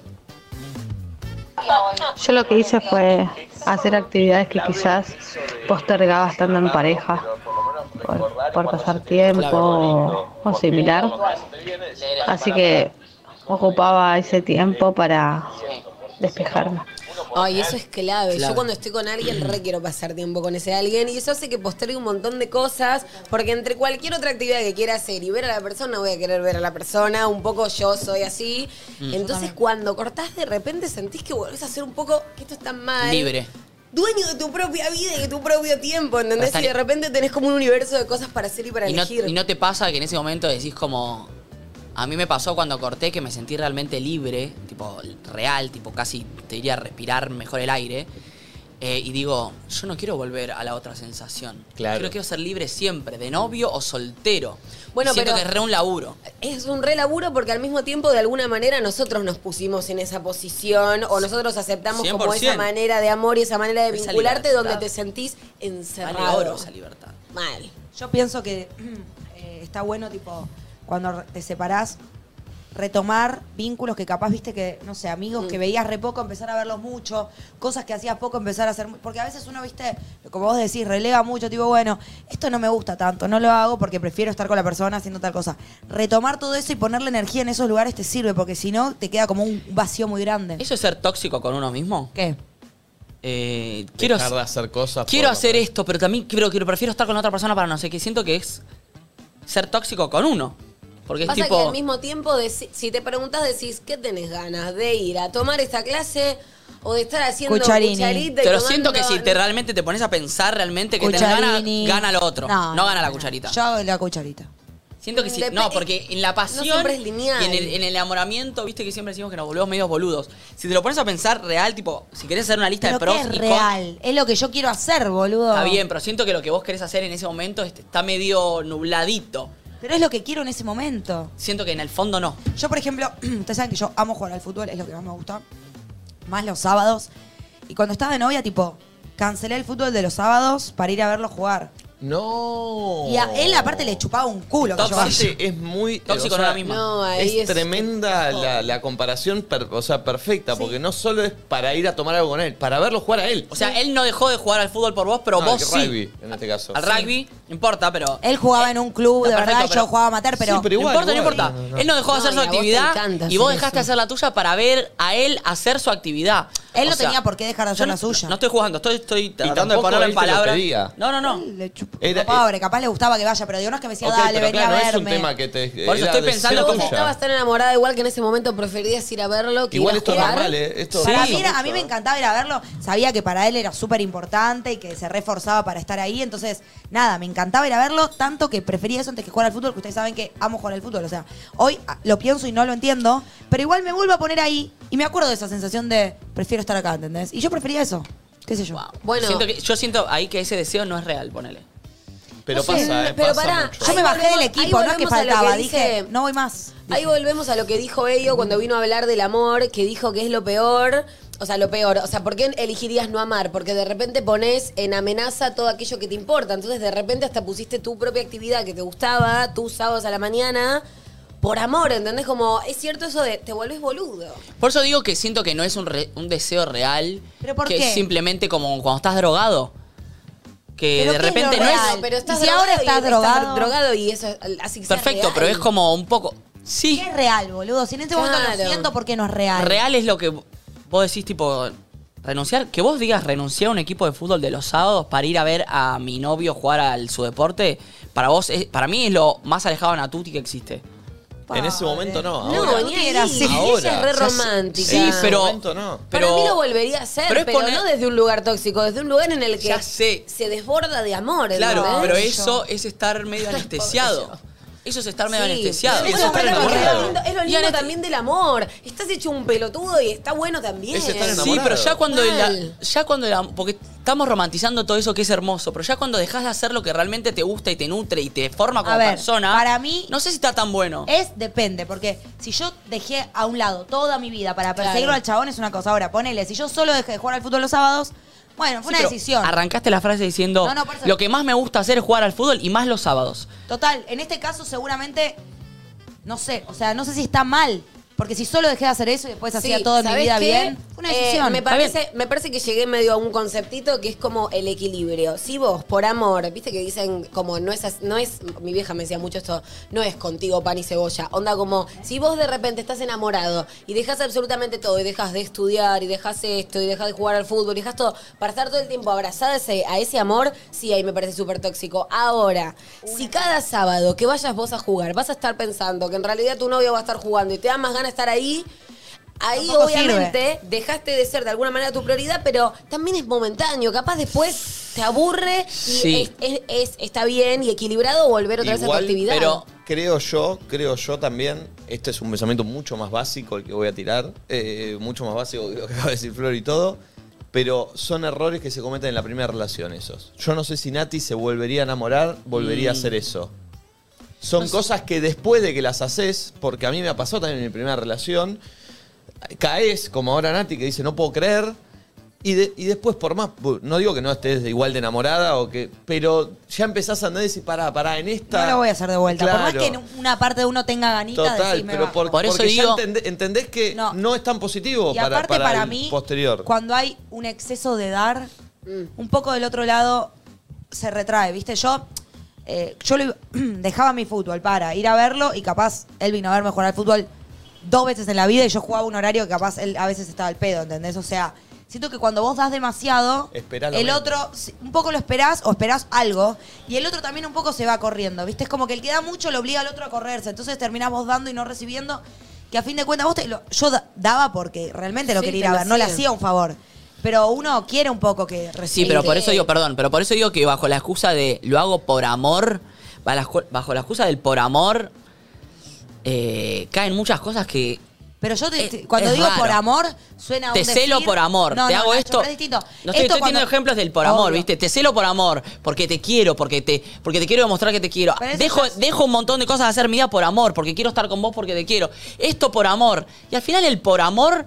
S8: Yo lo que hice fue hacer actividades que quizás postergaba estando en pareja, por, por pasar tiempo o, o similar. Así que ocupaba ese tiempo para despejarme.
S4: Ay, eso es clave.
S2: Clave.
S4: Yo cuando estoy con alguien re quiero pasar tiempo con ese alguien y eso hace que postergue un montón de cosas porque entre cualquier otra actividad que quiera hacer y ver a la persona voy a querer ver a la persona, un poco yo soy así.
S2: Mm.
S4: Entonces cuando cortás de repente sentís que volvés a ser un poco que esto está mal.
S2: Libre.
S4: Dueño de tu propia vida y de tu propio tiempo, ¿entendés?
S2: Están-
S4: Y de repente tenés como un universo de cosas para hacer y para
S2: Y no,
S4: elegir.
S2: y no te pasa que en ese momento decís como... A mí me pasó cuando corté que me sentí realmente libre, tipo real, tipo casi te diría respirar mejor el aire. Eh, y digo, yo no quiero volver a la otra sensación.
S1: Claro.
S2: Creo que quiero ser libre siempre, de novio o soltero.
S4: Bueno,
S2: Bueno, Siento
S4: pero-
S2: que es re un laburo.
S4: Es un re laburo porque al mismo tiempo de alguna manera nosotros nos pusimos en esa posición o nosotros aceptamos como
S2: 100%.
S4: esa manera de amor y esa manera de
S2: Esa
S4: vincularte
S2: libertad.
S4: donde te sentís
S2: Vale
S4: encerrado.
S2: oro esa libertad.
S4: Mal.
S3: Yo pienso que [CLEARS THROAT] eh, está bueno, tipo, cuando re- te separás, retomar vínculos que capaz viste que, no sé, amigos que veías re poco, empezar a verlos mucho, cosas que hacías poco, empezar a hacer. mu- Porque a veces uno, viste, como vos decís, relega mucho, tipo, bueno, esto no me gusta tanto, no lo hago porque prefiero estar con la persona haciendo tal cosa. Retomar todo eso y ponerle energía en esos lugares te sirve, porque si no, te queda como un vacío muy grande.
S2: ¿Eso es ser tóxico con uno mismo?
S3: ¿Qué?
S2: Eh, quiero
S1: Dejar de
S2: hacer,
S1: hacer cosas.
S2: quiero
S1: por-
S2: hacer esto, pero también quiero, quiero- prefiero estar con otra persona para no sé qué. Siento que es ser tóxico con uno. Porque es
S4: Pasa
S2: tipo.
S4: que al mismo tiempo, deci- si te preguntás, decís, ¿qué tenés ganas de ir a tomar esta clase o de estar haciendo
S3: Cucharini.
S4: cucharita y
S2: pero
S4: tomando-
S2: siento que si te realmente te pones a pensar realmente que te gana,
S3: Cucharini.
S2: gana lo otro. No, gana la
S3: no.
S2: cucharita.
S3: Yo hago la cucharita.
S2: Siento que sí.
S4: Dep-
S2: No, porque en la pasión.
S4: No siempre es lineal.
S2: Y en el, en el enamoramiento, viste que siempre decimos que nos volvemos medios boludos. Si te lo pones a pensar real, tipo, si querés hacer una lista
S3: Pero
S2: de pros
S3: que es
S2: y cons-
S3: real. Es lo que yo quiero hacer, boludo.
S2: Está bien, pero siento que lo que vos querés hacer en ese momento este, está medio nubladito.
S3: Pero es lo que quiero en ese momento.
S2: Siento que en el fondo no.
S3: Yo, por ejemplo, [CLEARS THROAT] ustedes saben que yo amo jugar al fútbol, es lo que más me gusta. Más los sábados. Y cuando estaba de novia, tipo, cancelé el fútbol de los sábados para ir a verlo jugar.
S1: No.
S3: Y a él, aparte, le chupaba un culo. que yo
S2: Tóxico.
S3: vaya.
S1: Sí, es muy
S2: Tóxico en una misma.
S4: No,
S1: es,
S4: ahí es-
S1: tremenda la, la comparación, per- o sea, perfecta, porque no solo es para ir a tomar algo con él, para verlo jugar a él.
S2: O sea, él no dejó de jugar al fútbol por vos, pero
S1: No,
S2: vos
S1: al
S2: sí.
S1: rugby, en este caso.
S2: Al rugby, no importa, pero.
S3: Él jugaba en un club, de
S2: Está
S3: verdad,
S2: Eh, perfecto,
S3: y yo
S2: pero-
S3: jugaba a matar, pero...
S1: Sí, pero
S2: no
S1: igual,
S2: importa,
S1: igual.
S2: no importa.
S1: No, no, no.
S2: Él no dejó de
S4: No,
S2: hacer
S4: y
S2: su
S4: a vos te
S2: actividad
S4: encanta
S2: y vos
S4: hacer
S2: dejaste
S4: eso.
S2: hacer la tuya para ver a él hacer su actividad.
S3: Él
S2: O
S3: no
S2: sea,
S3: tenía por qué dejar
S2: yo
S3: de hacer
S2: no-
S3: la suya.
S2: No estoy jugando, estoy, estoy tratando de
S1: tampoco
S2: ponerlo en
S1: él te lo
S2: palabras.
S1: pedía.
S2: No, no, no.
S3: Le chupó.
S1: Era- eh,
S3: Pobre, capaz le gustaba que vaya, pero Dios no es que me decía,
S1: Ok,
S3: dale,
S1: pero
S3: vení
S1: claro,
S3: a
S1: no
S3: verme.
S1: es un tema que te. eh,
S2: Por eso
S1: era
S2: estoy
S1: de
S2: pensando
S1: ser
S4: Vos
S2: como-
S1: tuya.
S4: estabas tan enamorada igual que en ese momento preferías ir a verlo que
S1: Igual
S4: ir a
S1: esto es
S4: jugar.
S1: normal, ¿eh? Esto
S3: Para
S2: Sí.
S3: mí, era- a mí me encantaba ir a verlo. Sabía que para él era súper importante y que se reforzaba para estar ahí. Entonces, nada, me encantaba ir a verlo tanto que prefería eso antes que jugar al fútbol, que ustedes saben que amo jugar al fútbol. O sea, hoy ah, lo pienso y no lo entiendo, pero igual me vuelvo a poner ahí y me acuerdo de esa sensación de prefiero estar acá, ¿entendés? Y yo prefería eso. ¿Qué sé yo?
S4: Bueno,
S2: Siento que- yo siento ahí que ese deseo no es real, ponele.
S1: Pero
S4: No sé,
S1: pasa, ¿eh?
S4: pero
S1: pasa
S4: pará.
S1: mucho.
S3: Yo me
S4: Ahí
S3: bajé
S4: volvemos-
S3: del
S4: ahí
S3: equipo, no es que
S4: volvemos a lo que
S3: faltaba.
S4: dice-
S3: Dije, no voy más.
S4: Ahí volvemos a lo que dijo Bello cuando vino a hablar del amor, que dijo que es lo peor. O sea, lo peor. O sea, ¿por qué elegirías no amar? Porque de repente pones en amenaza todo aquello que te importa. Entonces, de repente hasta pusiste tu propia actividad que te gustaba, tus sábados a la mañana, por amor, ¿entendés? Como, es cierto eso de te volvés boludo.
S2: Por eso digo que siento que no es un, re- un deseo real.
S3: ¿Pero por
S2: que
S3: qué?
S2: es simplemente como cuando estás drogado. Que
S3: ¿Pero
S2: de
S3: qué es lo
S2: repente no
S3: real?
S2: es.
S4: Bueno, pero estás
S3: Y si ahora
S4: drogado y
S3: estás drogado.
S4: drogado y eso es- así que sea
S2: Perfecto, pero
S4: real.
S2: es como un poco. Sí.
S3: ¿Qué es real, boludo? Si en este momento lo
S4: Claro.
S3: siento, ¿por qué no es real?
S2: Real es lo que vos decís, tipo, renunciar. Que vos digas renunciar a un equipo de fútbol de los sábados para ir a ver a mi novio jugar al su deporte, para vos, es- para mí es lo más alejado a Natuti que existe.
S1: En ese momento no.
S4: No,
S1: ahora.
S4: ni
S3: Ahora.
S4: era
S3: Sí,
S4: así. Ella es
S1: ahora.
S4: re
S1: O sea,
S4: romántica.
S1: En
S2: Sí,
S1: ese
S2: pero-
S1: momento no.
S2: pero-
S4: Para mí lo volvería a hacer,
S2: pero
S4: pero,
S2: es poner-
S4: no desde un lugar tóxico, desde un lugar en el que
S2: Ya sé.
S4: se desborda de amor.
S2: Claro,
S4: ¿entendés?
S2: pero
S3: yo.
S2: eso es estar medio anestesiado. Eso es estar medio
S4: Sí,
S2: anestesiado.
S4: pero
S1: Eso
S4: es,
S1: estar
S4: lo lindo,
S1: enamorado.
S4: es lo
S2: Y
S4: lindo
S2: anest-
S4: también del amor. Estás hecho un pelotudo y está bueno también.
S1: Es estar enamorado.
S2: Sí, pero ya cuando el-
S4: Mal.
S2: ya cuando el am- porque estamos romantizando todo eso que es hermoso, pero ya cuando dejas de hacer lo que realmente te gusta y te nutre y te forma como
S3: A ver,
S2: persona,
S3: para mí-
S2: no sé si está tan bueno.
S3: Es depende, porque si yo dejé a un lado toda mi vida para perseguirlo
S4: Claro.
S3: al chabón es una cosa. Ahora, ponele, si yo solo dejé de jugar al fútbol los sábados, Bueno, fue
S2: Sí,
S3: una
S2: pero
S3: decisión.
S2: Arrancaste la frase diciendo,
S3: No, no, por eso-
S2: lo que más me gusta hacer es jugar al fútbol y más los sábados.
S3: Total, en este caso seguramente, no sé, o sea, no sé si está mal. Porque si solo dejé de hacer eso y después hacía
S4: Sí,
S3: todo en mi
S4: ¿sabés
S3: vida
S4: qué?
S3: bien, fue una
S4: Eh,
S3: decisión.
S4: me,
S2: Está bien.
S4: parece, me parece que llegué medio a un conceptito que es como el equilibrio. Si vos, por amor, viste que dicen como no es, as- no es, mi vieja me decía mucho esto, no es contigo pan y cebolla. Onda como, si vos de repente estás enamorado y dejas absolutamente todo y dejas de estudiar y dejas esto y dejas de jugar al fútbol y dejas todo para estar todo el tiempo abrazada a ese, a ese amor, sí, ahí me parece súper tóxico. Ahora, si cada sábado que vayas vos a jugar vas a estar pensando que en realidad tu novio va a estar jugando y te da más ganas de estar ahí, Ahí
S3: Tampoco
S4: obviamente dejaste de ser de alguna manera tu prioridad, pero también es momentáneo. Capaz después te aburre y
S2: Sí.
S4: es, es- es- está bien y equilibrado volver otra vez a tu
S1: Igual,
S4: actividad.
S1: Pero creo yo, creo yo también, este es un pensamiento mucho más básico el que voy a tirar, eh, mucho más básico que [LAUGHS] lo que acaba de decir Flor y todo, pero son errores que se cometen en la primera relación esos. Yo no sé si Nati se volvería a enamorar, volvería a hacer eso. Son cosas que después de que las haces, porque a mí me pasó también en mi primera relación, caes, como ahora Nati, que dice, no puedo creer. Y, de- y después, por más, bu- no digo que no estés igual de enamorada o que. Pero ya empezás a andar y decís, pará, pará, en esta.
S3: no lo voy a hacer de vuelta. Por más
S1: Claro.
S3: que en una parte de uno tenga ganitas,
S1: Total,
S3: decís, me
S1: pero
S3: va.
S1: por,
S2: Por eso
S1: porque
S2: digo-
S1: ya entendés, entendés que no.
S3: No.
S1: es tan positivo
S3: Y
S1: para,
S3: aparte para,
S1: para el
S3: mí,
S1: posterior.
S3: cuando hay un exceso de dar,
S4: Mm.
S3: un poco del otro lado se retrae, ¿viste? Yo, eh, yo lo iba- [CLEARS THROAT] dejaba mi fútbol para ir a verlo y capaz él vino a verme jugar al fútbol dos veces en la vida y yo jugaba un horario que capaz él a veces estaba al pedo, ¿entendés? O sea, siento que cuando vos das demasiado,
S1: Esperá lo
S3: el
S1: mismo.
S3: otro si- un poco lo esperás o esperás algo y el otro también un poco se va corriendo, ¿viste? Es como que el que da mucho lo obliga al otro a correrse, entonces terminás vos dando y no recibiendo, que a fin de cuentas vos te, lo- yo da- daba porque realmente lo
S4: Sí,
S3: quería ir
S4: te
S3: a
S4: lo
S3: ver, no le
S4: hacía.
S3: hacía un favor, pero uno quiere un poco que
S2: Sí,
S3: reciba.
S2: pero por eso digo, perdón, pero por eso digo que bajo la excusa de lo hago por amor, bajo bajo la excusa del por amor, eh, caen muchas cosas que
S3: Pero yo te- te-
S2: Es-
S3: cuando
S2: Eh, es
S3: digo por
S2: raro.
S3: amor, suena a
S2: te
S3: un
S2: celo
S3: decir-
S2: por amor,
S3: No,
S2: te
S3: no,
S2: hago
S3: Nacho,
S2: esto.
S3: pero es distinto.
S2: No estoy,
S3: Esto
S2: estoy
S3: cuando-
S2: teniendo ejemplos del por amor,
S3: Obvio.
S2: ¿viste? Te celo por amor, porque te quiero, porque te porque te quiero demostrar que te quiero.
S3: Pero eso
S2: Dejo,
S3: ya es-
S2: dejo un montón de cosas de hacer mi vida por amor, porque quiero estar con vos, porque te quiero. Esto por amor. Y al final el por amor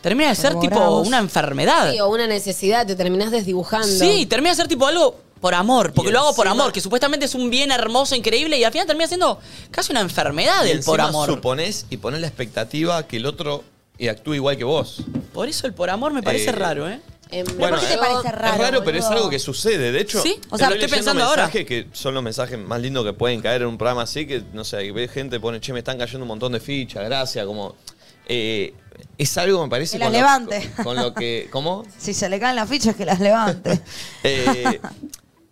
S2: termina de ser
S3: Por
S2: tipo
S3: bravos.
S2: una enfermedad.
S4: Sí, o una necesidad, te terminás desdibujando.
S2: Sí, termina de ser tipo algo por amor, porque
S1: Y
S2: lo hago por
S1: encima-
S2: amor, que supuestamente es un bien hermoso, increíble, y al final termina siendo casi una enfermedad
S1: Y
S2: el por
S1: encima
S2: amor.
S1: Suponés y ponés la expectativa que el otro eh, actúe igual que vos.
S2: Por eso el por amor me parece
S1: Eh,
S2: raro, ¿eh?
S4: Em,
S3: Bueno,
S4: yo-
S3: qué te parece raro,
S1: es raro, pero es
S3: boludo?
S1: algo que sucede. De hecho,
S2: Sí, o sea,
S1: estoy
S2: estoy
S1: leyendo
S2: pensando ahora.
S1: mensajes que son los mensajes más lindos que pueden caer en un programa así, que no sé, que ve gente pone, che, me están cayendo un montón de fichas, gracias, como... eh, es algo, me parece...
S3: Que las
S1: con lo-
S3: levante.
S1: con- con
S2: [LAUGHS]
S1: lo que... ¿Cómo?
S3: Si se le caen las fichas, que las levante.
S1: Eh,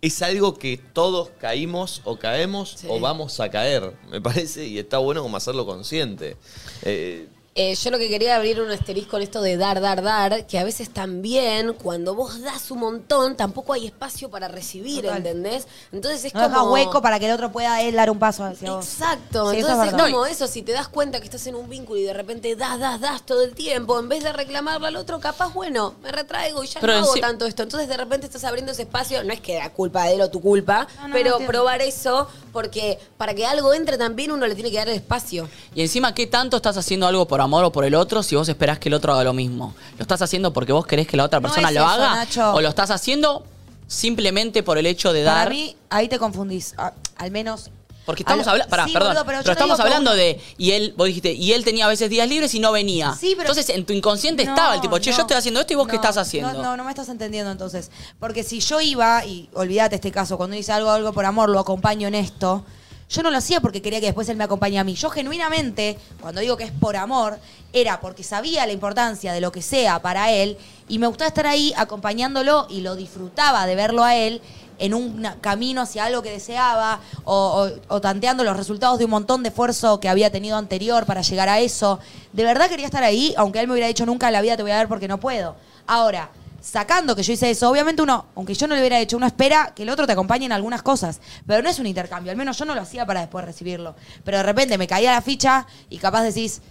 S1: es algo que todos caímos o caemos o vamos a caer, me parece, y está bueno como hacerlo consciente. Eh,
S4: Eh, yo lo que quería abrir un asterisco con esto de dar, dar, dar, que a veces también cuando vos das un montón, tampoco hay espacio para recibir,
S3: Total.
S4: ¿entendés? Entonces
S3: [LAUGHS]
S4: es
S3: No
S4: como
S3: deja hueco para que el otro pueda él dar un paso hacia vos.
S4: Exacto,
S3: Sí, eso es
S4: entonces es
S3: verdad.
S4: como eso, si te das cuenta que estás en un vínculo y de repente das, das, das todo el tiempo, en vez de reclamarle al otro, capaz, bueno, me retraigo y ya
S2: Pero
S4: no hago
S2: enci-
S4: tanto esto, entonces de repente estás abriendo ese espacio, no es que era culpa de él o tu culpa,
S3: No, no, no
S4: pero
S3: entiendo.
S4: probar eso, porque para que algo entre también uno le tiene que dar el [LAUGHS] espacio.
S2: Y encima, ¿qué tanto estás haciendo algo por amor o por el otro si vos esperás que el otro haga lo mismo? ¿Lo estás haciendo porque vos querés que la otra
S3: No
S2: persona
S3: es
S2: lo
S3: eso,
S2: haga?
S3: Nacho.
S2: ¿O lo estás haciendo simplemente por el hecho de
S3: Para
S2: dar?
S3: mí, ahí te confundís. a- al menos.
S2: Porque estamos
S3: a lo-
S2: hablando, pará,
S3: Sí,
S2: perdón,
S3: boludo,
S2: pero,
S3: yo te
S2: estamos
S3: digo que
S2: hablando
S3: uno-
S2: de, y él, vos dijiste, y él tenía a veces días libres y no venía.
S3: Sí, pero-
S2: Entonces en tu inconsciente
S3: No,
S2: estaba el tipo, che,
S3: no.
S2: yo estoy haciendo esto y vos qué
S3: No,
S2: estás haciendo.
S3: No, no, no me estás entendiendo entonces. Porque si yo iba, y olvídate este caso, cuando dice algo, algo por amor, lo acompaño en esto. Yo no lo hacía porque quería que después él me acompañe a mí. Yo genuinamente, cuando digo que es por amor, era porque sabía la importancia de lo que sea para él y me gustaba estar ahí acompañándolo y lo disfrutaba de verlo a él en un na- camino hacia algo que deseaba o, o- o tanteando los resultados de un montón de esfuerzo que había tenido anterior para llegar a eso. De verdad quería estar ahí, aunque él me hubiera dicho nunca en la vida te voy a ver porque no puedo. Ahora, sacando que yo hice eso, obviamente uno, aunque yo no lo hubiera hecho, uno espera que el otro te acompañe en algunas cosas, pero no es un intercambio, al menos yo no lo hacía para después recibirlo. Pero de repente me caía la ficha y capaz decís,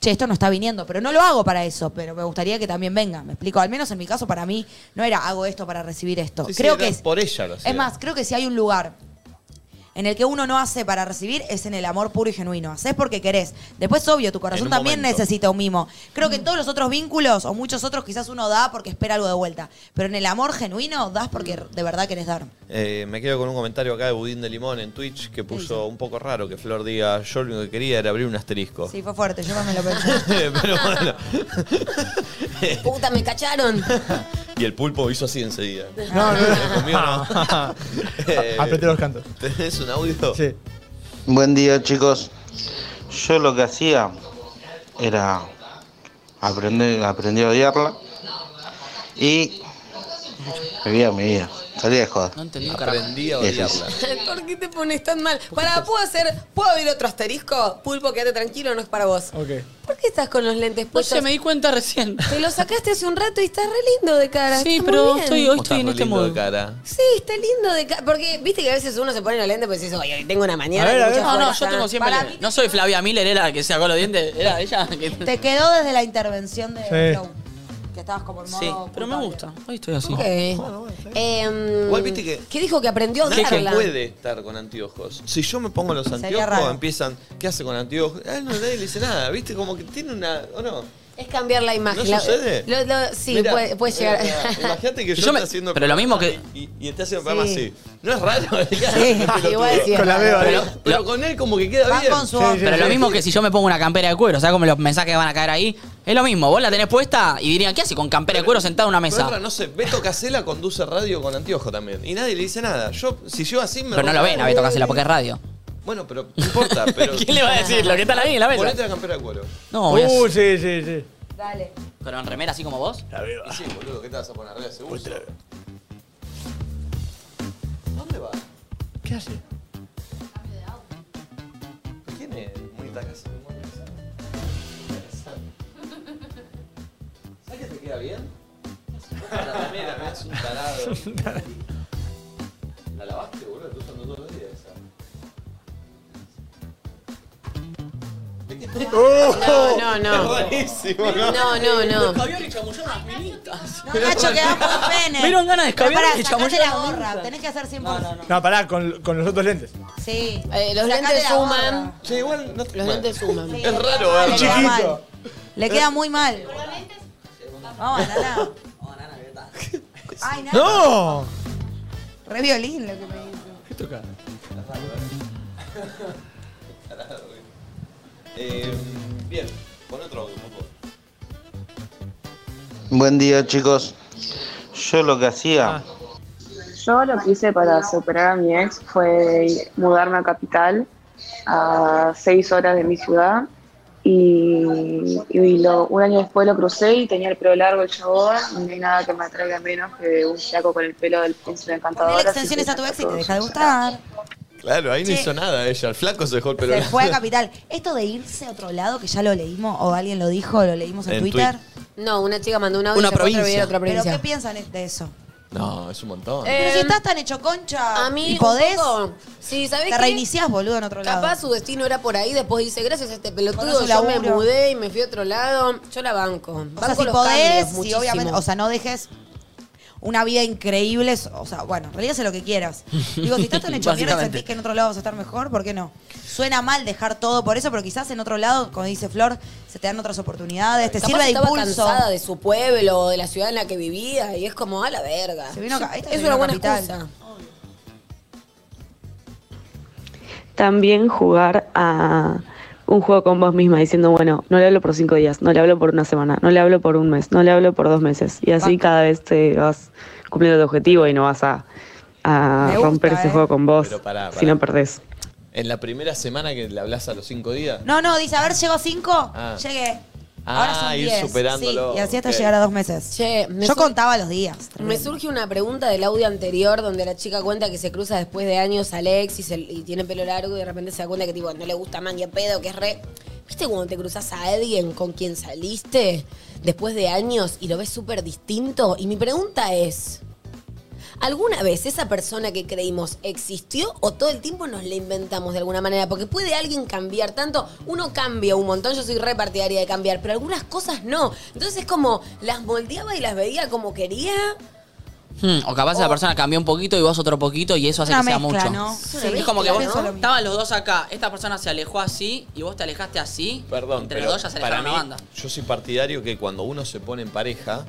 S3: che, esto no está viniendo, pero no lo hago para eso, pero me gustaría que también venga, me explico, al menos en mi caso para mí no era hago esto para recibir esto.
S1: Sí, sí,
S3: creo
S1: era
S3: que es
S1: por ella lo hacía.
S3: Es más, creo que si hay un lugar en en el que uno no hace para recibir es en el amor puro y genuino. Haces porque querés. Después, obvio, tu
S1: En
S3: corazón
S1: un
S3: también
S1: momento.
S3: necesita un mimo. Creo que en todos los otros vínculos, o muchos otros, quizás uno da porque espera algo de vuelta. Pero en el amor genuino das porque de verdad querés dar.
S1: Eh, me quedo con un comentario acá de Budín de Limón en Twitch que puso un poco raro que Flor diga, yo lo único que quería era abrir un asterisco.
S3: Sí, fue fuerte, yo también lo pensé.
S1: [LAUGHS] Pero bueno. [LAUGHS]
S4: Puta, me cacharon. [LAUGHS]
S1: Y el pulpo hizo así enseguida.
S6: No, no, no.
S1: Conmigo no.
S6: [LAUGHS]
S1: [LAUGHS] Eh,
S6: Apreté los cantos.
S1: ¿Tenés un audio?
S6: Sí.
S9: Buen día chicos. Yo lo que hacía era aprender, aprendí a odiarla y vivía mi vida. Salía de joda.
S2: No entendí un carajo.
S1: Aprendí a odiarla.
S4: ¿Por qué te pones tan mal? Para, ¿puedo hacer, puedo abrir otro asterisco? Pulpo, quédate tranquilo, no es para vos.
S6: Ok.
S4: ¿Por qué estás con los lentes
S3: Pues
S2: No
S4: puestos?
S2: sé, me di cuenta
S3: [LAUGHS]
S2: recién.
S4: Te lo sacaste hace un rato y estás re lindo de cara.
S2: Sí,
S4: está muy
S2: pero
S4: bien.
S2: estoy,
S1: Vos
S2: hoy estoy
S1: estás
S2: en
S1: re
S2: este
S1: lindo de
S2: modo.
S1: cara.
S4: Sí, está lindo de cara. Porque viste que a veces uno se pone los lentes pues porque dices, oye, hoy tengo una mañana.
S6: A ver,
S4: con
S6: a ver.
S2: No, no,
S4: mucha fuerza".
S2: yo tengo siempre.
S4: Para
S2: leve.
S4: mí-
S2: No soy Flavia Miller, era la que se sacó los dientes. Era ella. Que...
S3: [LAUGHS] Te quedó desde la intervención de
S6: Sí.
S3: Flow, Que estabas como en modo
S2: Sí, pero me
S3: culpable.
S2: gusta. Hoy estoy así.
S4: Ok. Em,
S1: Igual viste que-
S4: ¿Qué dijo que aprendió a
S1: Nadie
S4: odiarla?
S1: puede estar con anteojos. Si yo me pongo los
S3: raro.
S1: anteojos, empiezan, ¿qué hace con anteojos? Ah, no, nadie le dice nada, ¿viste? Como que tiene una. ¿O no?
S4: Es cambiar la imagen.
S1: ¿No
S4: La- eh,
S1: sucede?
S4: lo- lo- sí,
S1: Mirá,
S4: puede, puede
S1: mira,
S4: llegar.
S1: mira,
S2: [LAUGHS]
S1: Imagínate que
S2: Y
S1: yo,
S2: yo me-
S1: esté haciendo.
S2: pero lo mismo
S1: programa Y, y esté haciendo programa
S3: Sí.
S1: así. ¿No es raro? [LAUGHS]
S4: igual sí.
S6: Con la beba.
S1: Pero,
S6: ahí.
S1: pero con él como que queda
S3: Van
S1: bien.
S3: con su
S6: Sí,
S3: onda.
S2: Pero lo mismo que si yo me pongo una campera de cuero, ¿sabes cómo los mensajes van a caer ahí? Es lo mismo, vos la tenés puesta y dirían, ¿qué hace con campera de cuero sentada en una
S1: Pero otra,
S2: mesa?
S1: no sé, Beto Casela conduce radio con anteojo también. Y nadie le dice nada. Yo, si yo así me.
S2: Pero no lo ven a Beto Cancela porque es radio.
S1: Bueno, pero no
S2: [LAUGHS]
S1: importa, pero.
S2: ¿Quién le va a decir? Lo que está ahí en la mesa.
S1: Ponete la campera de cuero.
S2: No, voy a-
S6: Uh, sí, sí, sí.
S3: Dale.
S2: Pero en remera así como vos.
S1: Y sí, boludo, ¿qué te vas a poner? Arriba, seguro. ¿Dónde va?
S6: ¿Qué hace?
S1: ¿Quién es? Muy tacazo. muy tacazo. ¿Sabes que te queda bien? La remera, me hace un tarado. La lavaste, boludo, estoy usando todos los días esa.
S4: [LAUGHS] No, no, no.
S1: Buenísimo,
S4: No, no, no.
S2: Javier y chamulló unas minitas.
S3: No, Nacho, quedás muy pene.
S2: Me dieron ganas de escabiar
S3: Pará,
S2: y
S3: sacate
S2: chamullar
S3: la
S2: la
S3: gorra.
S2: mesa.
S3: Tenés que hacer 100%.
S6: No, pará, con, con los otros lentes.
S3: Sí.
S4: Eh, los
S3: Sacate
S4: lentes
S3: la
S4: suman.
S3: gorra.
S1: Che, igual no te.
S4: Los lentes suman.
S3: Sí,
S1: Es
S3: le
S1: raro
S3: queda mal,
S1: verlo.
S3: le queda
S6: Chiquito.
S3: mal. Le queda muy mal. Vamos, [LAUGHS] Nana. Ay, Nana.
S6: ¡No!
S3: Re violín lo que me hizo.
S6: ¿Qué toca?
S1: Eh, bien, pon otro audio, por favor.
S9: Buen día chicos. Yo lo que
S10: Ah,
S9: hacía
S8: Yo lo que hice para superar a mi ex fue mudarme a Capital, a seis horas de mi ciudad. Y, y lo- un año después lo crucé y tenía el pelo largo el chabón. y No hay nada que me atraiga menos que un flaco con el pelo del príncipe encantador.
S3: Ponele
S8: así
S3: extensiones
S8: que
S3: a tu ex y te
S8: todos
S3: deja de
S8: usaron.
S3: gustar.
S1: Claro, ahí no
S3: Che.
S1: hizo nada ella. El flaco se dejó el pelo.
S3: Se fue a Capital. Esto de irse a otro lado, que ya lo leímos, o alguien lo dijo, lo leímos en,
S1: En
S3: Twitter.
S4: No, una chica mandó un audio
S2: Una
S4: y sacó otro
S2: provincia.
S4: video de otra
S3: ¿Pero qué
S4: provincia.
S3: piensan de eso?
S1: No, es un montón.
S4: Eh,
S3: Pero si estás tan hecho concha,
S4: a mí,
S3: y podés,
S4: un poco, sí, ¿sabés
S3: te
S4: qué?
S3: reiniciás, boludo, en otro lado.
S4: Capaz su destino era por ahí, después dice, gracias a este
S3: Conoce
S4: pelotudo,
S3: un
S4: yo me
S3: laburo.
S4: mudé y me fui a otro lado. Yo la banco.
S3: O
S4: banco
S3: sea, si
S4: los
S3: podés,
S4: cambios,
S3: si
S4: muchísimo.
S3: obviamente, o sea, no dejes una vida increíble, o sea, bueno, en realidad sé lo que quieras. Digo, si estás tan hecho mierda y
S2: Básicamente.
S3: sentís que en otro lado vas a estar mejor, ¿por qué no? Suena mal dejar todo por eso, pero quizás en otro lado, como dice Flor, se te dan otras oportunidades, te
S4: Capaz
S3: sirve de
S4: estaba
S3: impulso.
S4: cansada de su pueblo o de la ciudad en la que vivía y es como, a la verga.
S3: Se vino acá, ahí te
S4: es
S3: vino
S4: una buena
S3: capital.
S4: excusa.
S8: También jugar a un juego con vos misma diciendo, bueno, no le hablo por cinco días, no le hablo por una semana, no le hablo por un mes, no le hablo por dos meses. Y así
S3: Banco.
S8: cada vez te vas cumpliendo tu objetivo y no vas a, a
S3: Me gusta,
S8: romper ese
S3: eh.
S8: juego con vos
S1: Pero pará, pará.
S8: si no perdés.
S1: [LAUGHS] En la primera semana que le hablas a los cinco días.
S3: No, no, dice, a ver, llego a cinco,
S1: Ah.
S3: llegué.
S1: Ah,
S3: Ahora son
S1: ir
S3: diez.
S1: superándolo,
S3: Sí, y así hasta
S1: ok.
S3: llegar a dos meses.
S4: Che, me
S3: Yo
S4: sur-
S3: contaba los días.
S4: Me
S3: tremendo.
S4: surge una pregunta del audio anterior donde la chica cuenta que se cruza después de años Alex y, se- y tiene pelo largo y de repente se da cuenta que tipo no le gusta más ni a pedo, que es re... ¿Viste cuando te cruzas a alguien con quien saliste después de años y lo ves súper distinto? Y mi pregunta es, ¿alguna vez esa persona que creímos existió o todo el tiempo nos la inventamos de alguna manera? Porque puede alguien cambiar tanto, uno cambia un montón, yo soy re partidaria de cambiar, pero algunas cosas no. Entonces es como, las moldeaba y las veía como quería
S2: Hmm, o capaz la persona cambió un poquito y vos otro poquito y eso hace
S3: Oh. Una
S2: que sea
S3: mezcla,
S2: mucho.
S3: ¿no? Sí,
S2: es como que vos
S3: pienso lo mismo.
S2: estaban los dos acá, esta persona se alejó así y vos te alejaste así.
S1: Perdón,
S2: entre
S1: pero
S2: los dos ya se
S1: para
S2: alejaron
S1: mí,
S2: la banda.
S1: yo soy partidario que cuando uno se pone en pareja,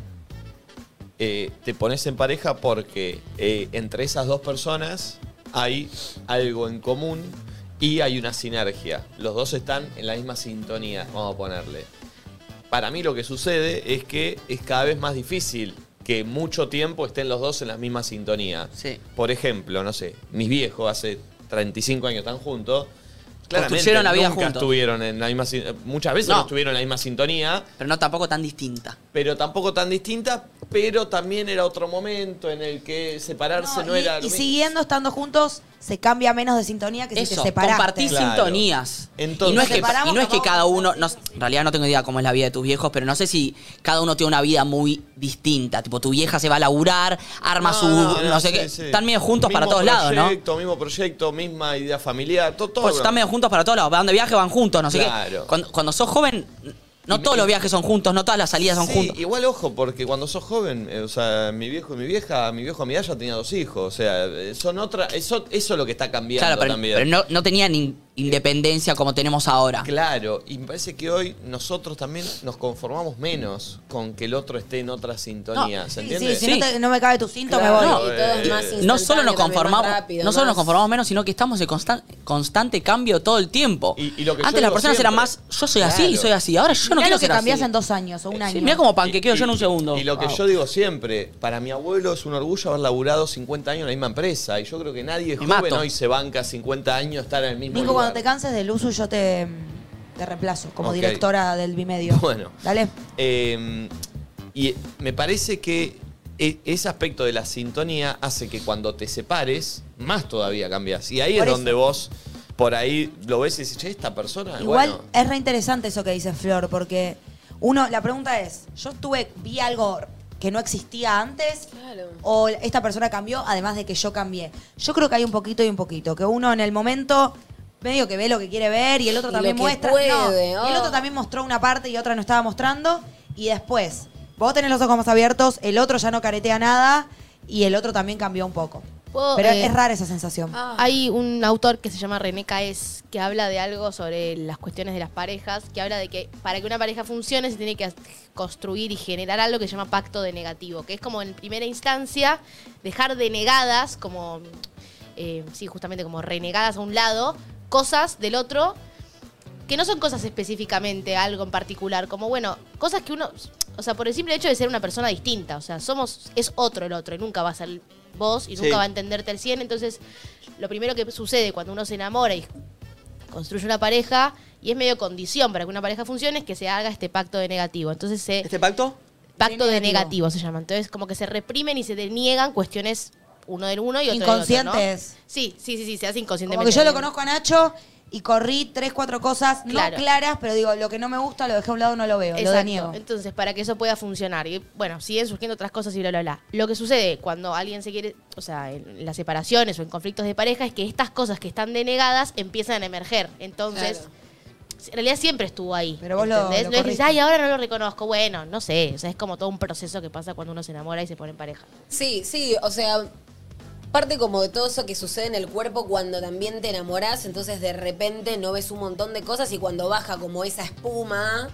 S1: eh, te pones en pareja porque eh, entre esas dos personas hay algo en común y hay una sinergia. Los dos están en la misma sintonía, vamos a ponerle. Para mí lo que sucede es que es cada vez más difícil que mucho tiempo estén los dos en la misma sintonía.
S2: Sí.
S1: Por ejemplo, no sé, mis viejos hace 35 años están juntos. Claramente
S2: Construyeron la vida
S1: nunca
S2: juntos.
S1: estuvieron en la misma sin- eh, muchas veces
S2: No.
S1: no. estuvieron en la misma sintonía,
S2: Pero no tampoco tan distinta.
S1: pero tampoco tan distinta, pero también era otro momento en el que separarse no,
S3: y,
S1: era lo
S3: y
S1: mismo.
S3: siguiendo estando juntos, se cambia menos de sintonía que si
S2: Eso,
S3: te separaste.
S2: compartís
S1: Claro.
S2: sintonías.
S1: Entonces-
S2: y no es que,
S3: Separamos,
S2: y no es que
S3: capaz,
S2: cada uno. no- en realidad no tengo idea cómo es la vida de tus viejos, pero no sé si cada uno tiene una vida muy distinta. Tipo, tu vieja se va a laburar, arma su. No, sé
S1: sí,
S2: qué.
S1: sí.
S2: Están medio juntos para
S1: Mismo
S2: todos lados, ¿no?
S1: proyecto, Mismo proyecto, misma idea familiar, to- todo.
S2: Pues están medio juntos para todos lados. Van de viaje, van juntos, no sé
S1: Claro.
S2: qué. Cuando, cuando sos joven, no todos los viajes son juntos, no todas las salidas son
S1: Sí,
S2: juntos.
S1: Igual, ojo, porque cuando sos joven, eh, o sea, mi viejo y mi vieja, mi viejo y mi ya tenía dos hijos, o sea, eh, son otra, eso, eso es lo que está cambiando
S2: Claro, pero,
S1: también.
S2: pero no, no tenían in- independencia como tenemos ahora.
S1: Claro, y me parece que hoy nosotros también nos conformamos menos con que el otro esté en otra sintonía, ¿se
S3: Sí,
S1: entiende?
S3: sí, si no, te- no me cabe tu cinto, me
S4: Claro,
S3: voy.
S4: y todo es más
S2: No solo nos
S4: instantáneo, también, más
S2: conformamos,
S4: rápido,
S2: no solo nos
S4: más-
S2: conformamos menos, sino que estamos en constan- constante cambio todo el tiempo.
S1: Y- y lo que yo
S2: Antes las
S1: digo
S2: personas eran más,
S1: siempre.
S2: yo soy así
S1: Claro.
S2: y soy así. Ahora yo no
S3: Mirá
S2: quiero
S3: lo que
S2: ser
S3: cambiás
S2: así.
S3: en dos años o un año.
S2: Mirá como panquequeo
S1: Y-
S2: yo en
S1: y-
S2: un segundo.
S1: Y lo que
S2: Wow.
S1: yo digo siempre, para mi abuelo es un orgullo haber laburado 50 años en la misma empresa. Y yo creo que nadie joven
S2: mato.
S1: hoy se banca 50 años estar en el mismo
S3: Nico, cuando
S1: lugar.
S3: te canses del uso, yo te, te reemplazo como
S1: Ok.
S3: directora del Bimedio.
S1: Bueno.
S3: Dale.
S1: Eh, y me parece que e- ese aspecto de la sintonía hace que cuando te separes, más todavía cambias. Y ahí
S3: Por
S1: es
S3: eso.
S1: donde vos, por ahí, lo ves y dices, che, esta persona,
S4: Ah,
S3: Igual
S1: bueno,
S3: es re interesante eso que dice Flor, porque uno, la pregunta es, yo estuve, vi algo que no existía antes,
S4: Claro.
S3: o esta persona cambió, además de que yo cambié. Yo creo que hay un poquito y un poquito, que uno en el momento medio que ve lo que quiere ver y el otro
S4: Y
S3: también
S4: lo que
S3: muestra.
S4: puede,
S3: no,
S4: oh.
S3: Y el otro también mostró una parte y otra no estaba mostrando. Y después, vos tenés los ojos más abiertos, el otro ya no caretea nada y el otro también cambió un poco.
S4: Oh,
S5: Puedo,
S3: Pero
S5: eh,
S3: es rara esa sensación.
S4: Ah.
S5: Hay un autor que se llama René Caes que habla de algo sobre las cuestiones de las parejas, que habla de que para que una pareja funcione se tiene que as- construir y generar algo que se llama pacto de negativo, que es como en primera instancia dejar denegadas, como, eh, sí, justamente como renegadas a un lado, cosas del otro que no son cosas específicamente, algo en particular, como bueno, cosas que uno, o sea, por el simple hecho de ser una persona distinta, o sea, somos, es otro el otro, y nunca va a ser vos y nunca va a entenderte al 100, entonces lo primero que sucede cuando uno se enamora y construye una pareja, y es medio condición para que una pareja funcione, es que se haga este pacto de negativo, entonces
S3: eh,
S5: se,
S2: ¿Este pacto?
S5: pacto
S3: De
S5: de
S3: negativo.
S5: negativo se llama, entonces como que se reprimen y se deniegan cuestiones uno del uno y otro del otro.
S3: Inconscientes.
S5: ¿no? Sí, sí, sí, sí, se hace
S3: Como
S5: inconscientemente.
S3: que yo lo conozco a Nacho y corrí tres, cuatro cosas
S5: Claro.
S3: no claras, pero digo, lo que no me gusta lo dejé a un lado, no lo veo, lo
S5: Exacto.
S3: deniego.
S5: Entonces, para que eso pueda funcionar. Y bueno, siguen surgiendo otras cosas y bla, bla, bla. Lo que sucede cuando alguien se quiere, o sea, en las separaciones o en conflictos de pareja, es que estas cosas que están denegadas empiezan a emerger. Entonces,
S4: Claro.
S5: en realidad siempre estuvo ahí.
S3: Pero vos lo-
S5: ¿entendés?
S3: lo
S5: no es que
S3: corriste.
S5: ay, ahora no lo reconozco. Bueno, no sé. O sea, es como todo un proceso que pasa cuando uno se enamora y se pone en pareja.
S4: Sí, sí, o sea, parte como de todo eso que sucede en el cuerpo cuando también te enamorás, entonces de repente no ves un montón de cosas y cuando baja como esa espuma,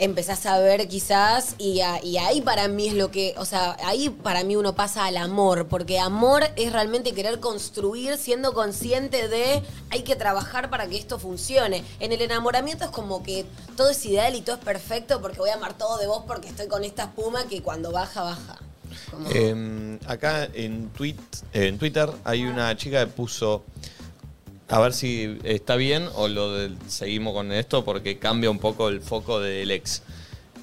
S4: empezás a ver quizás y, a- y ahí para mí es lo que, o sea, ahí para mí uno pasa al amor, porque amor es realmente querer construir siendo consciente de hay que trabajar para que esto funcione. En el enamoramiento es como que todo es ideal y todo es perfecto porque voy a amar todo de vos porque estoy con esta espuma que cuando baja, baja. Como-
S1: Eh, acá en, tweet, en Twitter hay una chica que puso, a ver si está bien o lo del- seguimos con esto porque cambia un poco el foco del ex.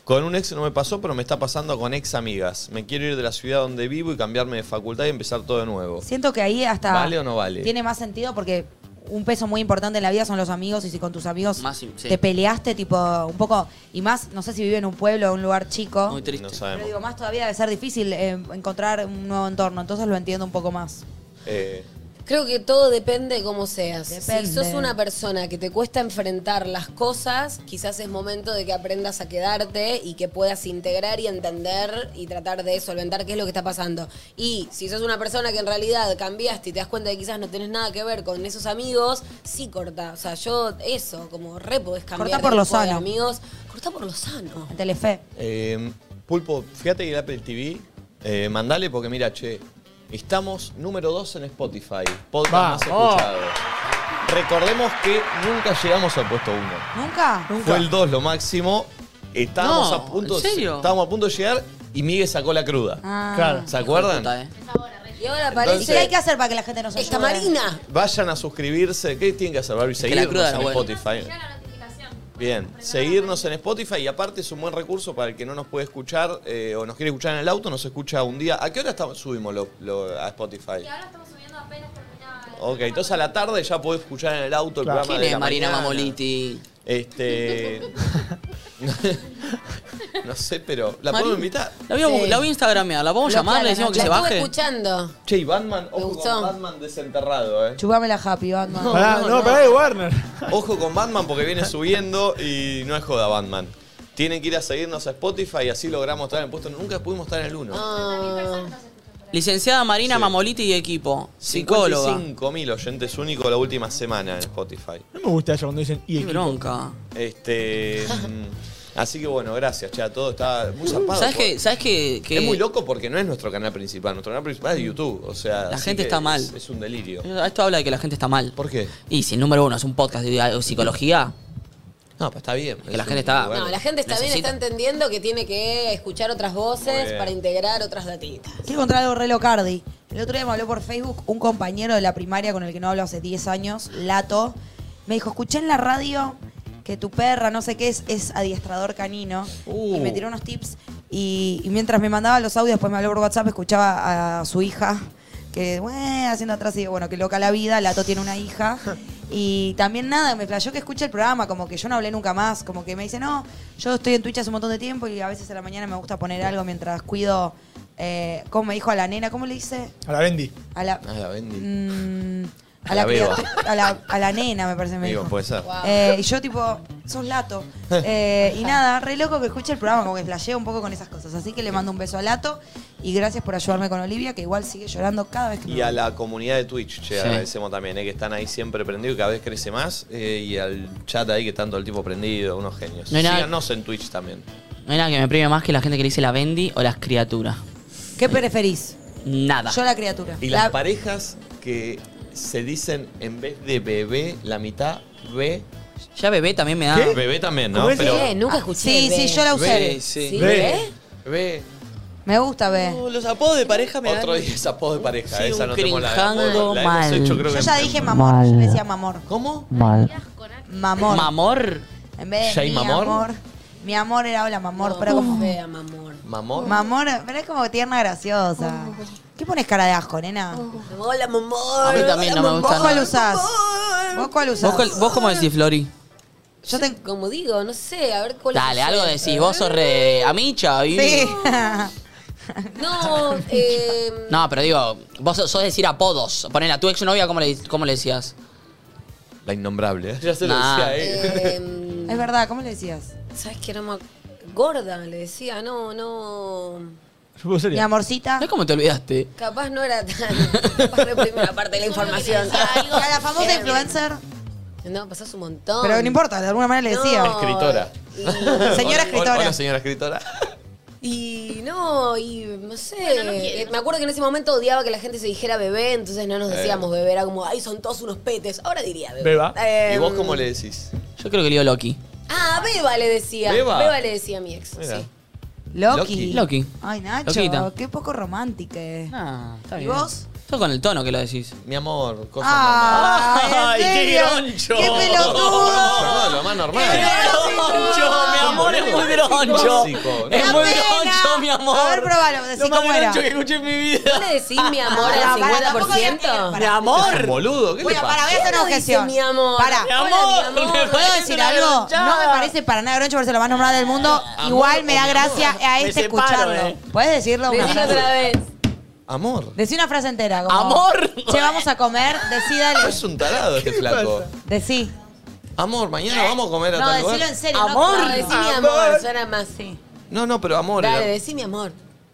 S1: Con un ex no me pasó, pero me está pasando con ex amigas. Me quiero ir de la ciudad donde vivo y cambiarme de facultad y empezar todo de nuevo.
S3: Siento que ahí hasta.
S1: ¿Vale o no vale?
S3: Tiene más sentido porque un peso muy importante en la vida son los amigos y si con tus amigos
S2: Más, sí.
S3: te peleaste, tipo, un poco. Y más, no sé si vive en un pueblo o un lugar chico.
S2: Muy triste.
S1: No
S3: pero
S1: sabemos.
S3: digo, más todavía debe ser difícil eh, encontrar un nuevo entorno, entonces lo entiendo un poco más.
S1: Eh,
S4: Creo que todo depende de cómo seas.
S3: Depende.
S4: Si sos una persona que te cuesta enfrentar las cosas, quizás es momento de que aprendas a quedarte y que puedas integrar y entender y tratar de solventar qué es lo que está pasando. Y si sos una persona que en realidad cambiaste y te das cuenta de que quizás no tenés nada que ver con esos amigos, sí corta. O sea, yo eso, como re podés cambiar
S3: Cortá por
S4: de
S3: lo
S4: grupo de
S3: sano.
S4: amigos. Corta por lo sano.
S3: En Telefe.
S6: Eh, Pulpo, fíjate que el Apple TV, eh, mandale porque mira, che, estamos número 2 en Spotify, podcast más
S1: Vamos.
S6: escuchado.
S2: Oh.
S6: Recordemos que nunca llegamos al puesto 1.
S3: ¿Nunca?
S6: Fue el 2 lo máximo. Estábamos
S2: No,
S6: a punto
S2: ¿en serio?
S6: estábamos a punto de llegar y Miguel sacó la cruda.
S3: Ah.
S1: Claro.
S6: ¿Se acuerdan?
S2: Puta, eh.
S4: Y ahora
S3: ¿Y
S6: Entonces-
S4: parece
S3: qué hay que hacer para que la gente nos ayude?
S4: esta Marina.
S6: Vayan a suscribirse. ¿Qué tienen que hacer, Barbie?
S2: que la
S6: Seguirnos
S2: cruda
S6: en
S2: era buena.
S6: Spotify. Bien, seguirnos en Spotify y aparte es un buen recurso para el que no nos puede escuchar eh, o nos quiere escuchar en el auto, nos escucha un día. ¿A qué hora estamos- subimos lo- lo- a Spotify? Ok, entonces a la tarde ya podés escuchar en el auto el
S1: Claro.
S6: programa
S2: ¿Quién
S6: de
S2: es
S6: la
S2: Marina
S6: mañana.
S2: Mamoliti?
S6: Este. [LAUGHS] no sé, pero. ¿La
S2: Marina.
S6: podemos invitar?
S2: La voy a,
S4: Sí.
S2: la voy a instagramear, la podemos llamar, le decimos que
S4: la
S2: se
S4: estuve
S2: baje.
S4: escuchando.
S6: Che, y Batman, ojo
S4: gustó.
S6: con Batman desenterrado, eh.
S3: Chupame la happy, Batman.
S1: Pará, no, pará de Warner.
S6: Ojo con Batman porque viene subiendo y no es joda Batman. Tienen que ir a seguirnos a Spotify y así logramos estar en el puesto. Nunca pudimos estar en el 1.
S4: Ah.
S2: Licenciada Marina
S6: Sí.
S2: Mamoliti y equipo, psicóloga.
S6: 55.000 oyentes únicos la última semana en Spotify.
S1: No me gusta eso cuando dicen y
S2: Qué
S1: equipo.
S2: bronca.
S6: Este, mm, así que bueno, gracias, che, a Todo está muy zarpado.
S2: ¿Sabes
S6: por-
S2: qué? ¿Sabes qué? que-
S6: Es muy loco porque no es nuestro canal principal. Nuestro canal principal es YouTube. O sea,
S2: La
S6: así
S2: gente
S6: que
S2: está mal.
S6: Es, es un delirio.
S2: Esto habla de que la gente está mal.
S6: ¿Por qué?
S2: Y si el número uno es un podcast de algo de psicología,
S6: No, pues está bien.
S2: que la gente está-
S6: bueno.
S4: No, la gente está bien,
S2: Necesita-
S4: está entendiendo que tiene que escuchar otras
S6: Muy
S4: voces
S6: bien.
S4: para integrar otras datitas.
S3: Quiero contar algo re locardi. El otro día me habló por Facebook un compañero de la primaria con el que no hablo hace 10 años, Lato. Me dijo, escuché en la radio que tu perra, no sé qué es, es adiestrador canino.
S6: Uh.
S3: Y me tiró unos tips. Y, y mientras me mandaba los audios, después me habló por WhatsApp, escuchaba a su hija, que, bueno, haciendo atrás y digo, bueno, qué loca la vida, Lato tiene una hija. Y también nada, me flasheó que escucha el programa, como que yo no hablé nunca más, como que me dice, no, yo estoy en Twitch hace un montón de tiempo y a veces a la mañana me gusta poner algo mientras cuido, eh, ¿cómo me dijo a la nena? ¿Cómo le dice?
S1: A la Bendy.
S3: A la...
S6: Ah, la Bendy.
S3: mm, a,
S6: A
S3: la
S6: la beba.
S3: criatura- a la- a la nena, me parece, me
S6: Digo,
S3: dijo.
S6: puede ser.
S3: Eh, y yo tipo,
S6: [LAUGHS]
S3: sos lato. Eh, y nada, re loco que escuche el programa, como que flashea un poco con esas cosas. Así que le mando un beso a Lato y gracias por ayudarme con Olivia, que igual sigue llorando cada vez que
S6: Y
S3: me
S6: a
S3: ve.
S6: la comunidad de Twitch, che, agradecemos también, eh, que están ahí siempre prendidos y cada vez crece más. eh, y al chat ahí que están todo el tipo prendido, unos genios.
S2: No hay nada-
S6: Síganos en Twitch también.
S2: no hay nada que me premie más que la gente que le dice la Bendy o las criaturas.
S3: ¿Qué preferís?
S2: Nada.
S3: Yo la criatura.
S6: Y las parejas que se dicen en vez de bebé, la mitad B.
S2: Ya bebé también me da.
S6: Bebé también, ¿no?
S1: ¿Cómo es?
S6: Pero.
S4: Bien, nunca
S3: Ah,
S4: escuché.
S3: Sí,
S4: ve.
S3: sí, yo la usé.
S2: Ve, sí.
S4: ¿Sí?
S1: Ve.
S4: ve.
S6: Bebé.
S3: Me gusta, B.
S2: Los apodos de pareja me
S6: Otro
S2: dan.
S6: día esa pos de pareja,
S2: Sí,
S6: esa
S2: un
S6: no tengo la, la,
S2: crinjando
S6: la
S2: mal.
S6: hemos hecho creo
S3: Yo
S6: que
S3: ya dije mamor, yo decía mamor.
S6: ¿Cómo?
S11: Mal.
S3: Mamor.
S2: Mamor.
S3: En vez de
S6: ¿Ya hay
S3: mi
S6: mamor?
S3: amor. Mi amor era hola mamor,
S4: No,
S3: pero como.
S4: fea, mamor.
S6: Mamor.
S3: Mamor, pero es como tierna graciosa. ¿Qué pones cara de asco, nena?
S4: Hola, mamor.
S2: A mí también no me gusta
S3: ¿Vos cuál
S2: nada.
S3: usás? ¿Vos cuál usás?
S2: ¿Vos, cuál- vos cómo decís, Flori?
S3: Yo te...
S4: Como digo, no sé, a ver cuál
S2: Dale,
S4: es
S2: algo
S4: el-
S2: decís. Vos sos re amicha. y-
S3: Sí. [LAUGHS]
S4: No, eh.
S2: [LAUGHS] No, pero digo, vos sos decir apodos. Poner a tu exnovia, ¿cómo le, cómo le decías?
S6: La innombrable, ¿eh? Ya se
S2: Nah.
S6: lo decía eh.
S4: eh,
S3: es verdad, ¿cómo le decías?
S4: ¿Sabes qué? No me ac- Gorda, le decía, no, no.
S1: Yo puedo
S3: Mi
S1: serio.
S3: amorcita.
S2: ¿Sabés cómo te olvidaste?
S4: Capaz no era tan. Capaz la primera parte
S3: [LAUGHS]
S4: de la información.
S3: A la famosa influencer.
S4: No, pasás un montón.
S3: Pero no importa, de alguna manera le decía.
S4: No.
S6: Escritora.
S4: Y-
S3: Señora
S6: Hola,
S3: escritora.
S6: Hola, señora escritora.
S4: Y no, y no sé.
S11: no quiere.
S4: eh, me acuerdo que en ese momento odiaba que la gente se dijera bebé, entonces no nos
S6: Eh.
S4: decíamos bebé. Era como, ay, son todos unos petes. Ahora diría bebé.
S1: Beba.
S6: ¿Y
S4: Eh,
S6: vos cómo le decís?
S2: Yo creo que le digo Loki.
S4: Ah, beba le decía.
S6: Beba.
S4: Beba, le decía a mi ex.
S6: Mira.
S4: Sí.
S3: Loki.
S2: Loki.
S3: Ay, Nacho,
S2: Loquita.
S3: qué poco romántica.
S2: Ah, está
S3: ¿Y
S2: bien.
S3: vos?
S2: Yo con el tono que lo decís.
S6: Mi amor, cosas
S3: Ah.
S6: normales.
S2: Ay,
S3: Ay, ¿en
S2: qué
S3: serio?
S2: groncho.
S3: ¡Qué pelotudo!
S6: No, no, lo más normal.
S2: ¡Groncho, mi amor! ¡Es muy groncho!
S6: Tóxico, ¿no?
S2: ¡Es muy
S3: pena.
S2: groncho, mi amor!
S3: A ver, probalo, decí
S2: Lo más
S3: cómo era.
S2: groncho que escuché en mi
S4: ¿No
S2: vida.
S4: le decís mi amor
S3: Ah,
S4: al
S3: pará, tampoco había
S4: 50%?
S3: que- pará.
S2: ¡Mi
S6: Es un
S2: amor!
S6: boludo, ¿qué le
S3: Bueno, para,
S6: pasa?
S3: voy a hacer una
S4: ¿Quién no dice
S3: objeción.
S4: mi amor?
S3: Para.
S2: ¡Mi
S4: Hola, mi
S2: amor!
S4: amor.
S2: me
S3: ¿Puedo
S2: parece
S3: decir
S2: una
S3: algo?
S2: gronchada.
S3: No me parece para nada groncho por ser lo más nombrado del mundo.
S1: Ah,
S6: Amor
S3: Igual me
S6: o
S3: da
S6: mi
S3: gracia
S6: amor.
S3: a
S2: Me
S3: este
S2: separo,
S3: escucharlo.
S2: eh.
S3: ¿Puedes decirlo?
S4: Decilo
S3: Gonzalo?
S4: otra vez.
S1: Amor.
S3: Decí una frase entera. Como,
S2: Amor.
S3: Che, vamos a comer. Decí, dale.
S1: Es un tarado este flaco.
S3: Decí.
S1: Amor, mañana vamos a comer a
S3: No,
S1: tal
S3: decilo
S1: lugar.
S3: en serio.
S4: Amor,
S3: No,
S4: decí
S3: decí-
S4: mi amor, suena más.
S1: No, no, pero amor.
S4: Dale,
S1: era-
S4: decí mi amor.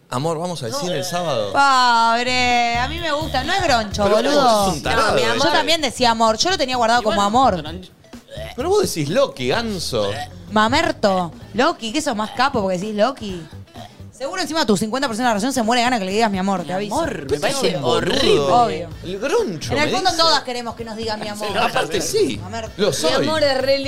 S1: Amor, vamos al cine el sábado.
S3: Pobre, a mí me gusta. No es groncho,
S1: Pero vos
S3: boludo.
S1: sos un tarado,
S4: No, mi
S1: eh.
S4: amor.
S3: Yo también decía amor. Yo lo tenía guardado como amor.
S1: Pero vos decís Loki, ganso.
S3: Mamerto. Loki, que sos más capo porque decís Loki. Seguro encima tu 50% de la razón se muere de gana que le digas mi amor, te aviso.
S2: Amor, me parece
S1: Boludo.
S2: horrible.
S3: Obvio.
S1: El groncho.
S3: En el
S1: me
S3: fondo
S1: dice.
S3: todas queremos que nos digan mi amor.
S1: Aparte sí.
S3: Mamerto.
S1: Lo
S4: Mi
S1: soy.
S4: amor es re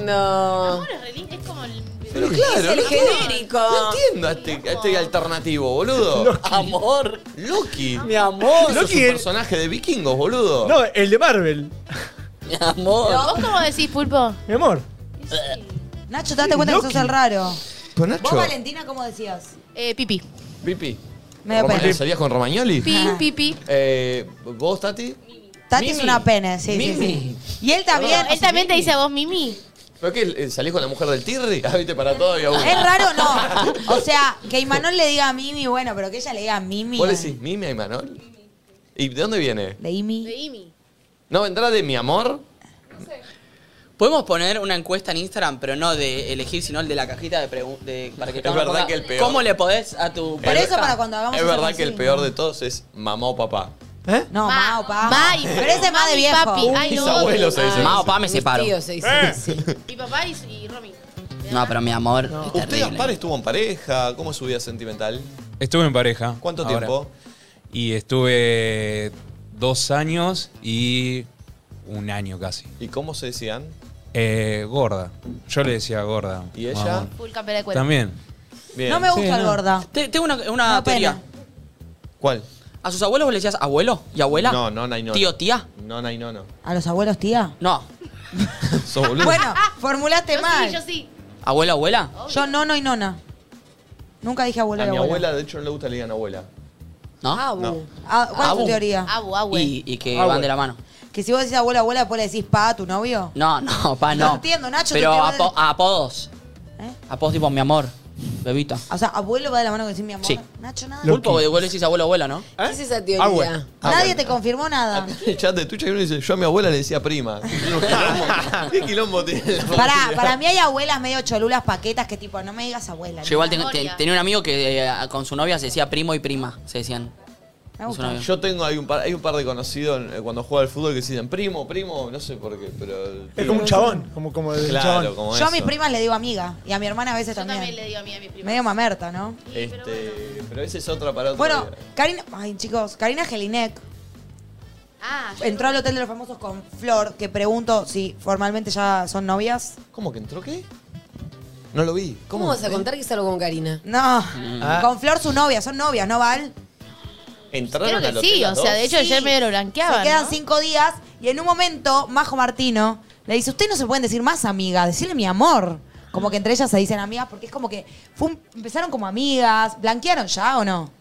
S4: lindo.
S5: Amor es re lindo, es como el...
S1: Pero claro,
S4: Es el
S1: no entiendo-
S4: genérico.
S1: No entiendo a este, a este alternativo, boludo.
S2: Amor.
S1: Loki.
S2: Mi amor.
S1: Loki es
S6: Loki
S1: un
S6: es-
S1: personaje de vikingos, boludo.
S6: No, el de Marvel.
S2: Mi amor.
S5: ¿Vos cómo decís, Pulpo?
S6: Mi amor.
S3: Nacho, date cuenta que sos el raro.
S1: Pero
S3: Vos,
S1: Nacho,
S3: Valentina, ¿cómo decías?
S5: Eh, pipi.
S1: Pipi.
S3: Medio
S1: Román,
S3: pene.
S1: ¿Salías con Romagnoli?
S5: Pi,
S3: Ajá.
S5: pipi.
S1: Eh, ¿Vos, Tati?
S3: Ah, Tati es
S1: Mimi.
S3: una pene, sí, sí,
S1: Mimi.
S3: sí. Y él también.
S5: Él también te dice a vos, Mimi.
S1: ¿Pero qué? eh, ¿Salís con la mujer del Tirri? Ah, viste, para todo había uno.
S3: Es raro,
S1: [LAUGHS]
S3: no. O sea, que Imanol le diga a Mimi, bueno, pero que ella le diga a Mimi.
S1: ¿Vos le decís Mimi a Imanol? ¿Y de dónde viene?
S3: De Imi.
S5: Imi.
S1: ¿No vendrá de mi amor?
S2: Podemos poner una encuesta en Instagram, pero no de elegir, sino el de la cajita de preguntas. Para que
S1: Es
S2: cada uno
S1: verdad
S2: ponga
S1: que el peor-
S2: ¿Cómo le podés a tu
S3: Por
S2: pareja?
S3: eso para cuando hagamos
S1: Es
S3: esa
S1: verdad que el
S3: consigna.
S1: peor de todos es mamá o papá.
S6: ¿Eh?
S3: No,
S5: Ma-
S3: ma o pa.
S5: ma y-
S3: Ah, pero ese es más de
S5: mami,
S3: viejo.
S5: papi. Ay,
S1: Mis
S5: lo odio.
S1: abuelos se dicen.
S3: Ah,
S2: Mamá o papá me
S4: Mis
S2: separo.
S4: tíos se dicen.
S5: Mi papá y, y Romy.
S2: No, pero mi amor es
S1: ¿Usted,
S2: terrible.
S1: Gaspar, estuvo en pareja? ¿Cómo es su vida sentimental?
S10: Estuve en pareja.
S1: ¿Cuánto
S10: ahora.
S1: tiempo?
S10: Y estuve dos años y un año casi.
S1: ¿Y cómo se decían?
S10: Eh, gorda. Yo le decía gorda.
S1: ¿Y ella?
S5: Full campera de cuero.
S10: También.
S1: Bien.
S3: No me gusta
S10: Sí,
S3: el
S10: no.
S3: gorda.
S2: Te- Tengo una, una
S3: No,
S2: teoría.
S3: pena.
S1: ¿Cuál?
S2: ¿A sus abuelos vos le decías abuelo y abuela?
S1: No, no, no, no.
S2: ¿Tío, tía?
S1: No, no, no, no.
S3: ¿A los abuelos, tía?
S2: No.
S1: Sos boludo.
S3: Bueno, formulaste
S5: Yo
S3: mal.
S5: sí, yo sí.
S2: ¿Abuelo, abuela?
S3: Yo nono y nona. Nunca dije abuelo
S1: a
S3: y
S1: mi
S3: abuela.
S1: abuela, de hecho, no le gusta que le digan abuela.
S2: ¿No?
S4: Abu.
S1: No.
S3: Ah, ¿Cuál es
S2: Abu.
S3: tu teoría?
S5: Abu, abu.
S2: y, y que
S6: Ah,
S2: van
S6: bueno.
S2: de la mano.
S3: Que si vos decís abuelo, abuela, después le decís pa a tu novio.
S2: No, no, [LAUGHS] pa, no.
S3: No entiendo, Nacho,
S2: Pero
S3: tú te vas
S2: apo-
S3: de-
S2: apodos.
S3: ¿Eh?
S2: Apodos tipo mi amor, bebita.
S3: O sea, abuelo va de la mano con decir mi amor.
S2: Sí.
S3: Nacho, nada.
S6: Lo-
S2: Pulpo, de vuelo decís abuelo, abuela, ¿no?
S4: ¿Qué es esa teoría?
S6: Ah, bueno.
S3: Nadie te confirmó nada.
S1: El chat de Twitch hay uno que dice, yo a mi abuela le decía prima.
S10: [LAUGHS]
S1: ¿Qué quilombo tiene la
S3: Para,
S1: familia?
S3: para mí hay abuelas medio cholulas paquetas que tipo, no me digas abuela.
S2: Yo igual
S3: nena.
S2: tengo- te-
S5: Memoria.
S2: tenía un amigo que eh, con su novia se decía primo y prima, se decían.
S3: Me
S2: con su
S3: gusta.
S2: novio.
S1: Yo tengo, hay un par, hay un par de conocidos eh, cuando juega al fútbol que dicen primo, primo, no sé por qué, pero.
S6: Es como un chabón. Como, como el
S1: Claro,
S6: chabón.
S1: como
S3: Yo a
S1: eso.
S3: mis primas le digo amiga y a mi hermana a veces
S5: Yo también.
S3: también.
S5: le digo a mí a mi prima.
S3: Medio mamerta, ¿no?
S1: Este, pero esa es otra para otra.
S3: Bueno,
S1: vida.
S3: Karina, ay chicos, Karina Gelinek
S5: Ah, yo-
S3: entró al Hotel de los Famosos con Flor, que pregunto si formalmente ya son novias.
S1: ¿cómo que entró qué? No lo vi.
S4: ¿Cómo vas a contar que es algo con Karina?
S3: No,
S6: Ah.
S3: con Flor su novia, son novias, ¿no, Val?
S1: Entraron
S5: creo
S1: al
S5: que
S1: hotel
S5: sí.
S1: las
S5: O sea,
S1: dos?
S5: de hecho, ayer medio lo blanqueaban.
S3: Se quedan
S5: ¿no?
S3: cinco días y en un momento Majo Martino le dice, ustedes no se pueden decir más amiga, decirle mi amor. Como que entre ellas se dicen amigas porque es como que fue un- empezaron como amigas, blanquearon ya o no.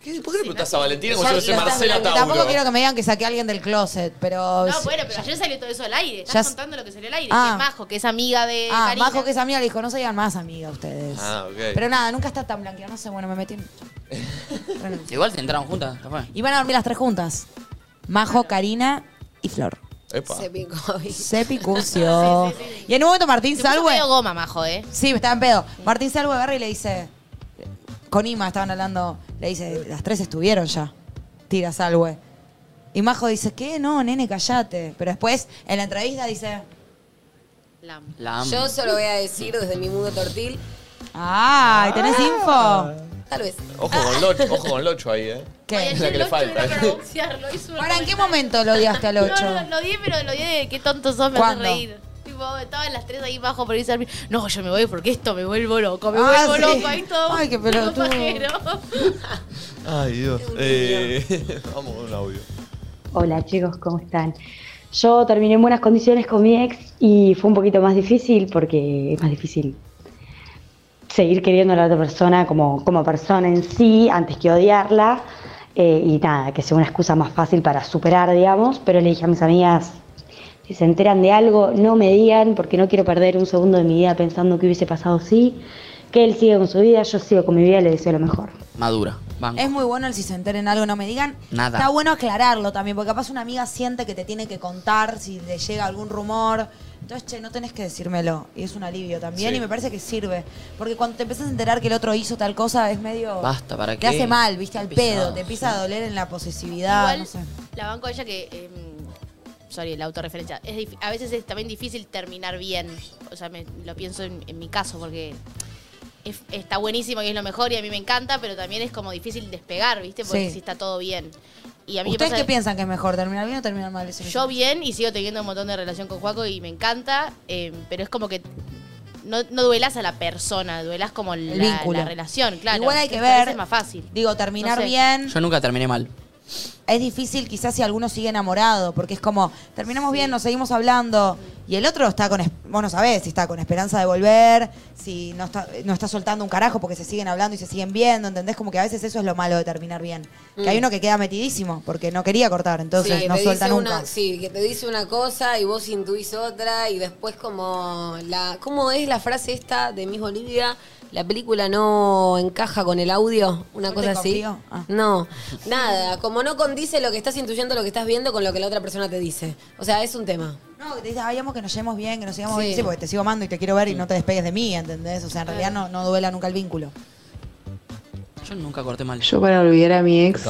S1: ¿Qué? ¿Por qué le preguntás a Valentina como si
S3: Ya
S1: fuese
S3: lo estás
S1: Marcela
S3: blanqueando.
S1: Tauro?
S3: Tampoco quiero que me digan que saqué a alguien del closet, pero...
S5: No, bueno, pero ayer salió todo eso al aire.
S3: Ya
S5: Estás
S3: s-
S5: contando lo que salió al aire.
S3: Ah.
S5: Que Majo, que es amiga de
S3: Ah,
S5: eh, Karina.
S3: Majo que es amiga le dijo, no sean más amiga ustedes.
S1: Ah, ok.
S3: Pero nada, nunca está tan blanqueado. No sé, bueno, me metí en... Renuncio.
S2: Igual se entraron juntas, ¿qué fue?
S3: Y van a dormir las tres juntas. Majo, Karina y Flor.
S1: Epa.
S4: Se picó.
S3: Se
S5: [LAUGHS]
S3: picució. Y en un momento Martín
S5: Se puso
S3: Salwe...
S5: medio goma, Majo, ¿eh?
S3: Sí, estaba en pedo. Martín Salvo agarra y le dice. Con Ima estaban hablando. Le dice, las tres estuvieron ya. Tira Salwe. Y Majo dice, ¿qué? No, nene, callate. Pero después, en la entrevista dice.
S5: La amo.
S2: La amo.
S4: Yo solo voy a decir desde mi mundo tortil,
S3: ¡Ay, tenés info!
S4: tal vez.
S1: Ojo con Locho, ojo con Locho ahí, eh.
S5: Ay, ayer
S3: ¿Qué?
S1: la que
S5: el
S1: le
S5: ocho era
S1: falta.
S5: para boxearlo, hizo una
S3: ¿Para en qué
S5: comentario.
S3: momento lo odiaste al 8?
S5: No, no, lo odié, pero lo odié de qué tontos sos, me hace
S3: ¿Cuándo?
S5: reír. Tipo, estaban las tres ahí bajo por irse al No, yo me voy porque esto me vuelvo loco, me
S3: Ah,
S5: vuelvo
S3: sí.
S5: loco, ahí todo.
S3: Ay, qué
S5: todo
S3: pelotudo.
S5: pajero.
S1: Ay, Dios. Eh, [LAUGHS] vamos con un
S3: [LAUGHS]
S1: audio.
S8: Hola chicos, ¿cómo están? Yo terminé en buenas condiciones con mi ex y fue un poquito más difícil porque es más difícil seguir queriendo a la otra persona como, como persona en sí antes que odiarla eh, y nada, que sea una excusa más fácil para superar, digamos, pero le dije a mis amigas, si se enteran de algo, no me digan porque no quiero perder un segundo de mi vida pensando que hubiese pasado así, que él siga con su vida, yo sigo con mi vida y le deseo lo mejor.
S2: Madura. Banco.
S3: Es muy bueno el si se enteren algo, no me digan.
S2: Nada.
S3: Está bueno aclararlo también, porque capaz una amiga siente que te tiene que contar si le llega algún rumor. Entonces, che, no tenés que decírmelo. Y es un alivio también,
S2: Sí.
S3: y me parece que sirve. Porque cuando te empiezas a enterar que el otro hizo tal cosa, es medio.
S2: Basta, ¿para
S3: Te
S2: qué?
S3: hace mal, viste, al
S2: Qué pesado,
S3: pedo. Te empieza a doler en la posesividad. Ah,
S5: Igual,
S3: no sé.
S5: la banco ella que. em, sorry, la autorreferencia. Es dif- a veces es también difícil terminar bien. O sea, me- lo pienso en, en mi caso porque. es- está buenísimo y es lo mejor y a mí me encanta, pero también es como difícil despegar, ¿viste? Porque
S3: Sí.
S5: si está todo bien. Y a mí me
S3: ¿Ustedes
S5: pasa-
S3: qué piensan que es mejor, terminar bien o terminar mal? Eso
S5: Yo bien y sigo teniendo un montón de relación con Juaco y me encanta, eh, pero es como que no, no duelás a la persona, duelás como la,
S3: vínculo.
S5: la relación, claro.
S3: Igual hay que
S5: Entonces, a veces
S3: ver.
S5: Es más fácil.
S3: Digo, terminar
S5: No sé.
S3: bien.
S2: Yo nunca terminé mal.
S3: es difícil quizás si alguno sigue enamorado, porque es como, terminamos bien, nos seguimos hablando, y el otro está con, es- vos no sabés si está con esperanza de volver, si no está, no está soltando un carajo porque se siguen hablando y se siguen viendo, ¿entendés? Como que a veces eso es lo malo de terminar bien.
S4: Mm.
S3: Que hay uno que queda metidísimo porque no quería cortar, entonces
S4: Sí, que
S3: no
S4: te
S3: suelta
S4: dice
S3: nunca.
S4: Una, sí, que te dice una cosa y vos intuís otra y después como la... ¿Cómo es la frase esta de Miss Bolivia? La película no encaja con el audio, una
S3: ¿No
S4: cosa
S3: te
S4: así.
S3: confío? Ah.
S4: No, nada, como no condice lo que estás intuyendo, lo que estás viendo con lo que la otra persona te dice. O sea, es un tema.
S3: No, que te dice, "Ay, amo que nos llevemos bien, que nos sigamos
S4: Sí.
S3: bien, sí, porque te sigo amando y te quiero ver y no te despegues de mí, ¿entendés? O sea, en realidad no, no duela nunca el vínculo.
S2: Yo nunca corté mal.
S8: Yo para olvidar a mi ex,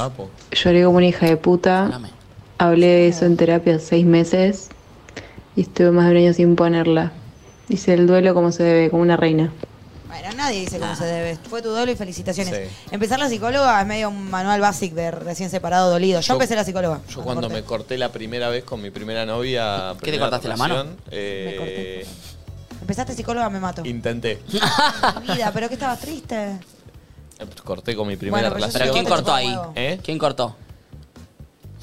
S8: lloré como una hija de puta.
S2: Dame.
S8: Hablé de eso en terapia seis meses y estuve más de un año sin ponerla. Hice el duelo como se debe, como una reina.
S3: Bueno, nadie dice cómo se debe. Fue tu duelo y felicitaciones. Empezar la psicóloga es medio un manual básico de recién separado dolido. Yo,
S1: Yo-
S3: empecé la psicóloga.
S1: Yo cuando me corté la primera vez con mi primera novia.
S2: ¿Qué te
S1: primera
S2: cortaste, la mano?
S1: relación, eh,
S3: Empezaste psicóloga, me mato.
S1: Intenté.
S3: Mi vida, pero que estabas
S2: [LAUGHS]
S3: triste.
S1: Corté con mi primera
S3: Bueno, pero yo
S1: relación.
S2: ¿Pero
S3: Yo
S2: quién
S3: te
S2: cortó
S3: chupo
S2: ahí?
S3: huevo.
S1: ¿Eh?
S2: ¿Quién cortó?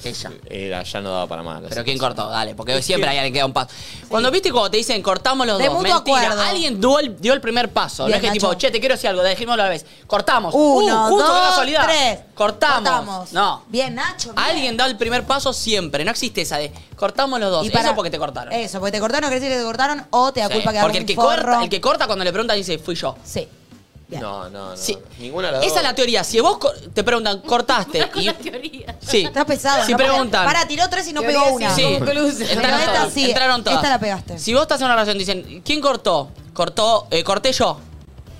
S2: Ella.
S1: Era, ya no daba para más.
S2: ¿Pero quién cortó? Dale, porque siempre hay alguien que da un paso. Cuando viste cuando te dicen cortamos los
S3: De
S2: dos,
S3: mutuo
S2: mentira,
S3: acuerdo.
S2: alguien dio el, dio el primer paso.
S3: Bien,
S2: no es que tipo,
S3: Nacho.
S2: che, te quiero decir algo, dejémoslo a la vez. Cortamos.
S3: Uno,
S2: uh, justo qué
S3: dos,
S2: casualidad.
S3: tres.
S2: Cortamos.
S3: Cortamos.
S2: No.
S3: Bien, Nacho. bien.
S2: Alguien da el primer paso siempre. No existe esa de cortamos los dos. Eso porque te cortaron.
S3: Eso, porque te cortaron, crees que te cortaron o te da
S2: Sí,
S3: culpa
S2: Porque
S3: que agarró
S2: el
S3: un
S2: que,
S3: forro.
S2: corta, el que corta cuando le preguntan dice, fui yo.
S3: Sí. Bien.
S1: No, no, no.
S2: Sí.
S1: Ninguna de las
S2: Esa
S1: dos.
S2: es la teoría. Si vos co- te preguntan,
S3: [LAUGHS]
S2: cortaste. y,
S5: [LAUGHS] La teoría.
S2: sí.
S3: Está pesado.
S2: Si
S3: ¿no?
S2: preguntan.
S3: Para, tiró tres y no
S4: Teoría
S3: pegó una.
S4: sin
S2: Sí,
S3: Pero
S2: entraron,
S3: esta
S2: todas,
S3: sí,
S2: entraron todas.
S3: esta la pegaste.
S2: Si vos estás en una relación, dicen, ¿quién cortó? Cortó, eh, corté yo.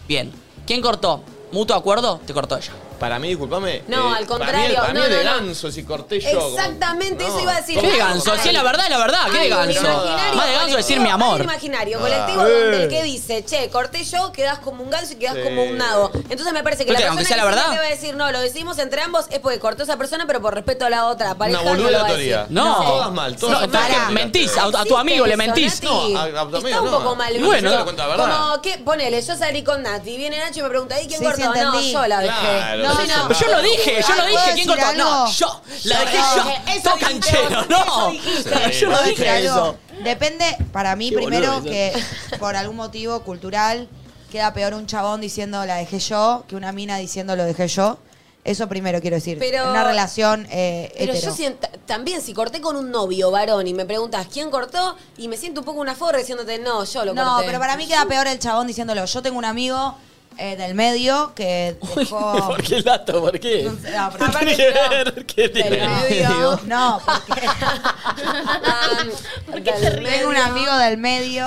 S2: Bien. ¿Quién cortó? Mutuo acuerdo, te cortó ella.
S1: Para mí, disculpame.
S4: No, al
S1: para mí-
S4: contrario,
S1: Para mí,
S4: no,
S1: es de
S4: no, no.
S1: ganso si corté yo. como-
S4: Exactamente, eso iba a decir.
S2: ¿Qué
S1: ¿Cómo?
S2: de ganso? Si es la verdad, es la verdad. Ah, ¿Qué de
S4: Hay un
S2: ganso?
S4: imaginario
S2: Más de ganso decir mi
S4: colectivo, hay
S2: amor.
S4: un imaginario
S1: Ah.
S4: colectivo
S1: Eh.
S4: donde el que dice, che, corté yo, quedás como un ganso y quedás
S1: Sí.
S4: como un nado. Entonces me parece que
S2: Pero que
S4: la
S2: aunque
S4: persona
S2: sea la
S4: que
S2: verdad.
S4: te va a decir, no, lo decimos entre ambos, es porque cortó esa persona, pero por respeto a la otra pareja.
S1: Una boluda
S4: no lo
S1: la
S4: va a
S1: teoría.
S4: decir.
S2: No.
S1: Todas mal, todas
S2: No,
S1: mal.
S2: entonces
S1: Pará.
S2: mentís, a, a tu
S4: Existe
S2: amigo le
S4: eso,
S2: mentís.
S4: Nati.
S1: No, a- a tu
S4: Está
S1: amigo
S4: un
S1: no.
S4: poco mal
S1: Y
S4: visto.
S2: bueno, yo te
S1: cuento la verdad.
S4: Como que, ponele, yo salí con Nati, viene Nacho y me pregunta, ¿y quién
S3: Sí, sí,
S4: cortó? no,
S3: entendí.
S4: yo la dejé.
S1: Claro, eso es un-
S4: no, no.
S2: Yo lo dije, yo lo
S3: Ay,
S2: dije.
S3: ¿puedo
S2: ¿Quién
S3: decir
S2: cortó?
S3: algo?
S2: No, yo. La dejé
S4: Yo
S2: yo.
S4: dije, eso
S2: Todo
S4: dijiste
S2: canchero,
S4: vos,
S2: no.
S4: eso dijiste.
S1: Sí,
S4: [LAUGHS]
S2: Yo lo
S3: ¿Puedo
S2: dije
S3: decir algo?
S2: eso.
S3: Depende, para mí,
S2: Qué
S3: primero,
S2: boludo,
S3: que [LAUGHS] por algún motivo cultural queda peor un chabón diciendo la dejé yo que una mina diciendo lo dejé yo. Eso primero quiero decir.
S4: Pero-
S3: una relación eh,
S4: Pero
S3: hetero.
S4: yo siento, también si corté con un novio varón y me preguntas quién cortó, y me siento un poco una forra diciéndote, no, yo lo
S3: No,
S4: corté.
S3: pero
S4: [LAUGHS]
S3: para mí queda peor el chabón diciéndolo. Yo tengo un amigo eh, del medio que dejó...
S2: [LAUGHS] ¿Por qué el dato? ¿Por qué?
S3: No sé, no, pero-
S2: ¿Qué tiene que ver? ¿Qué tiene que
S4: Del
S2: ver?
S4: medio.
S3: No, porque [LAUGHS]
S4: Um, [LAUGHS] del medio.
S3: tengo un amigo del medio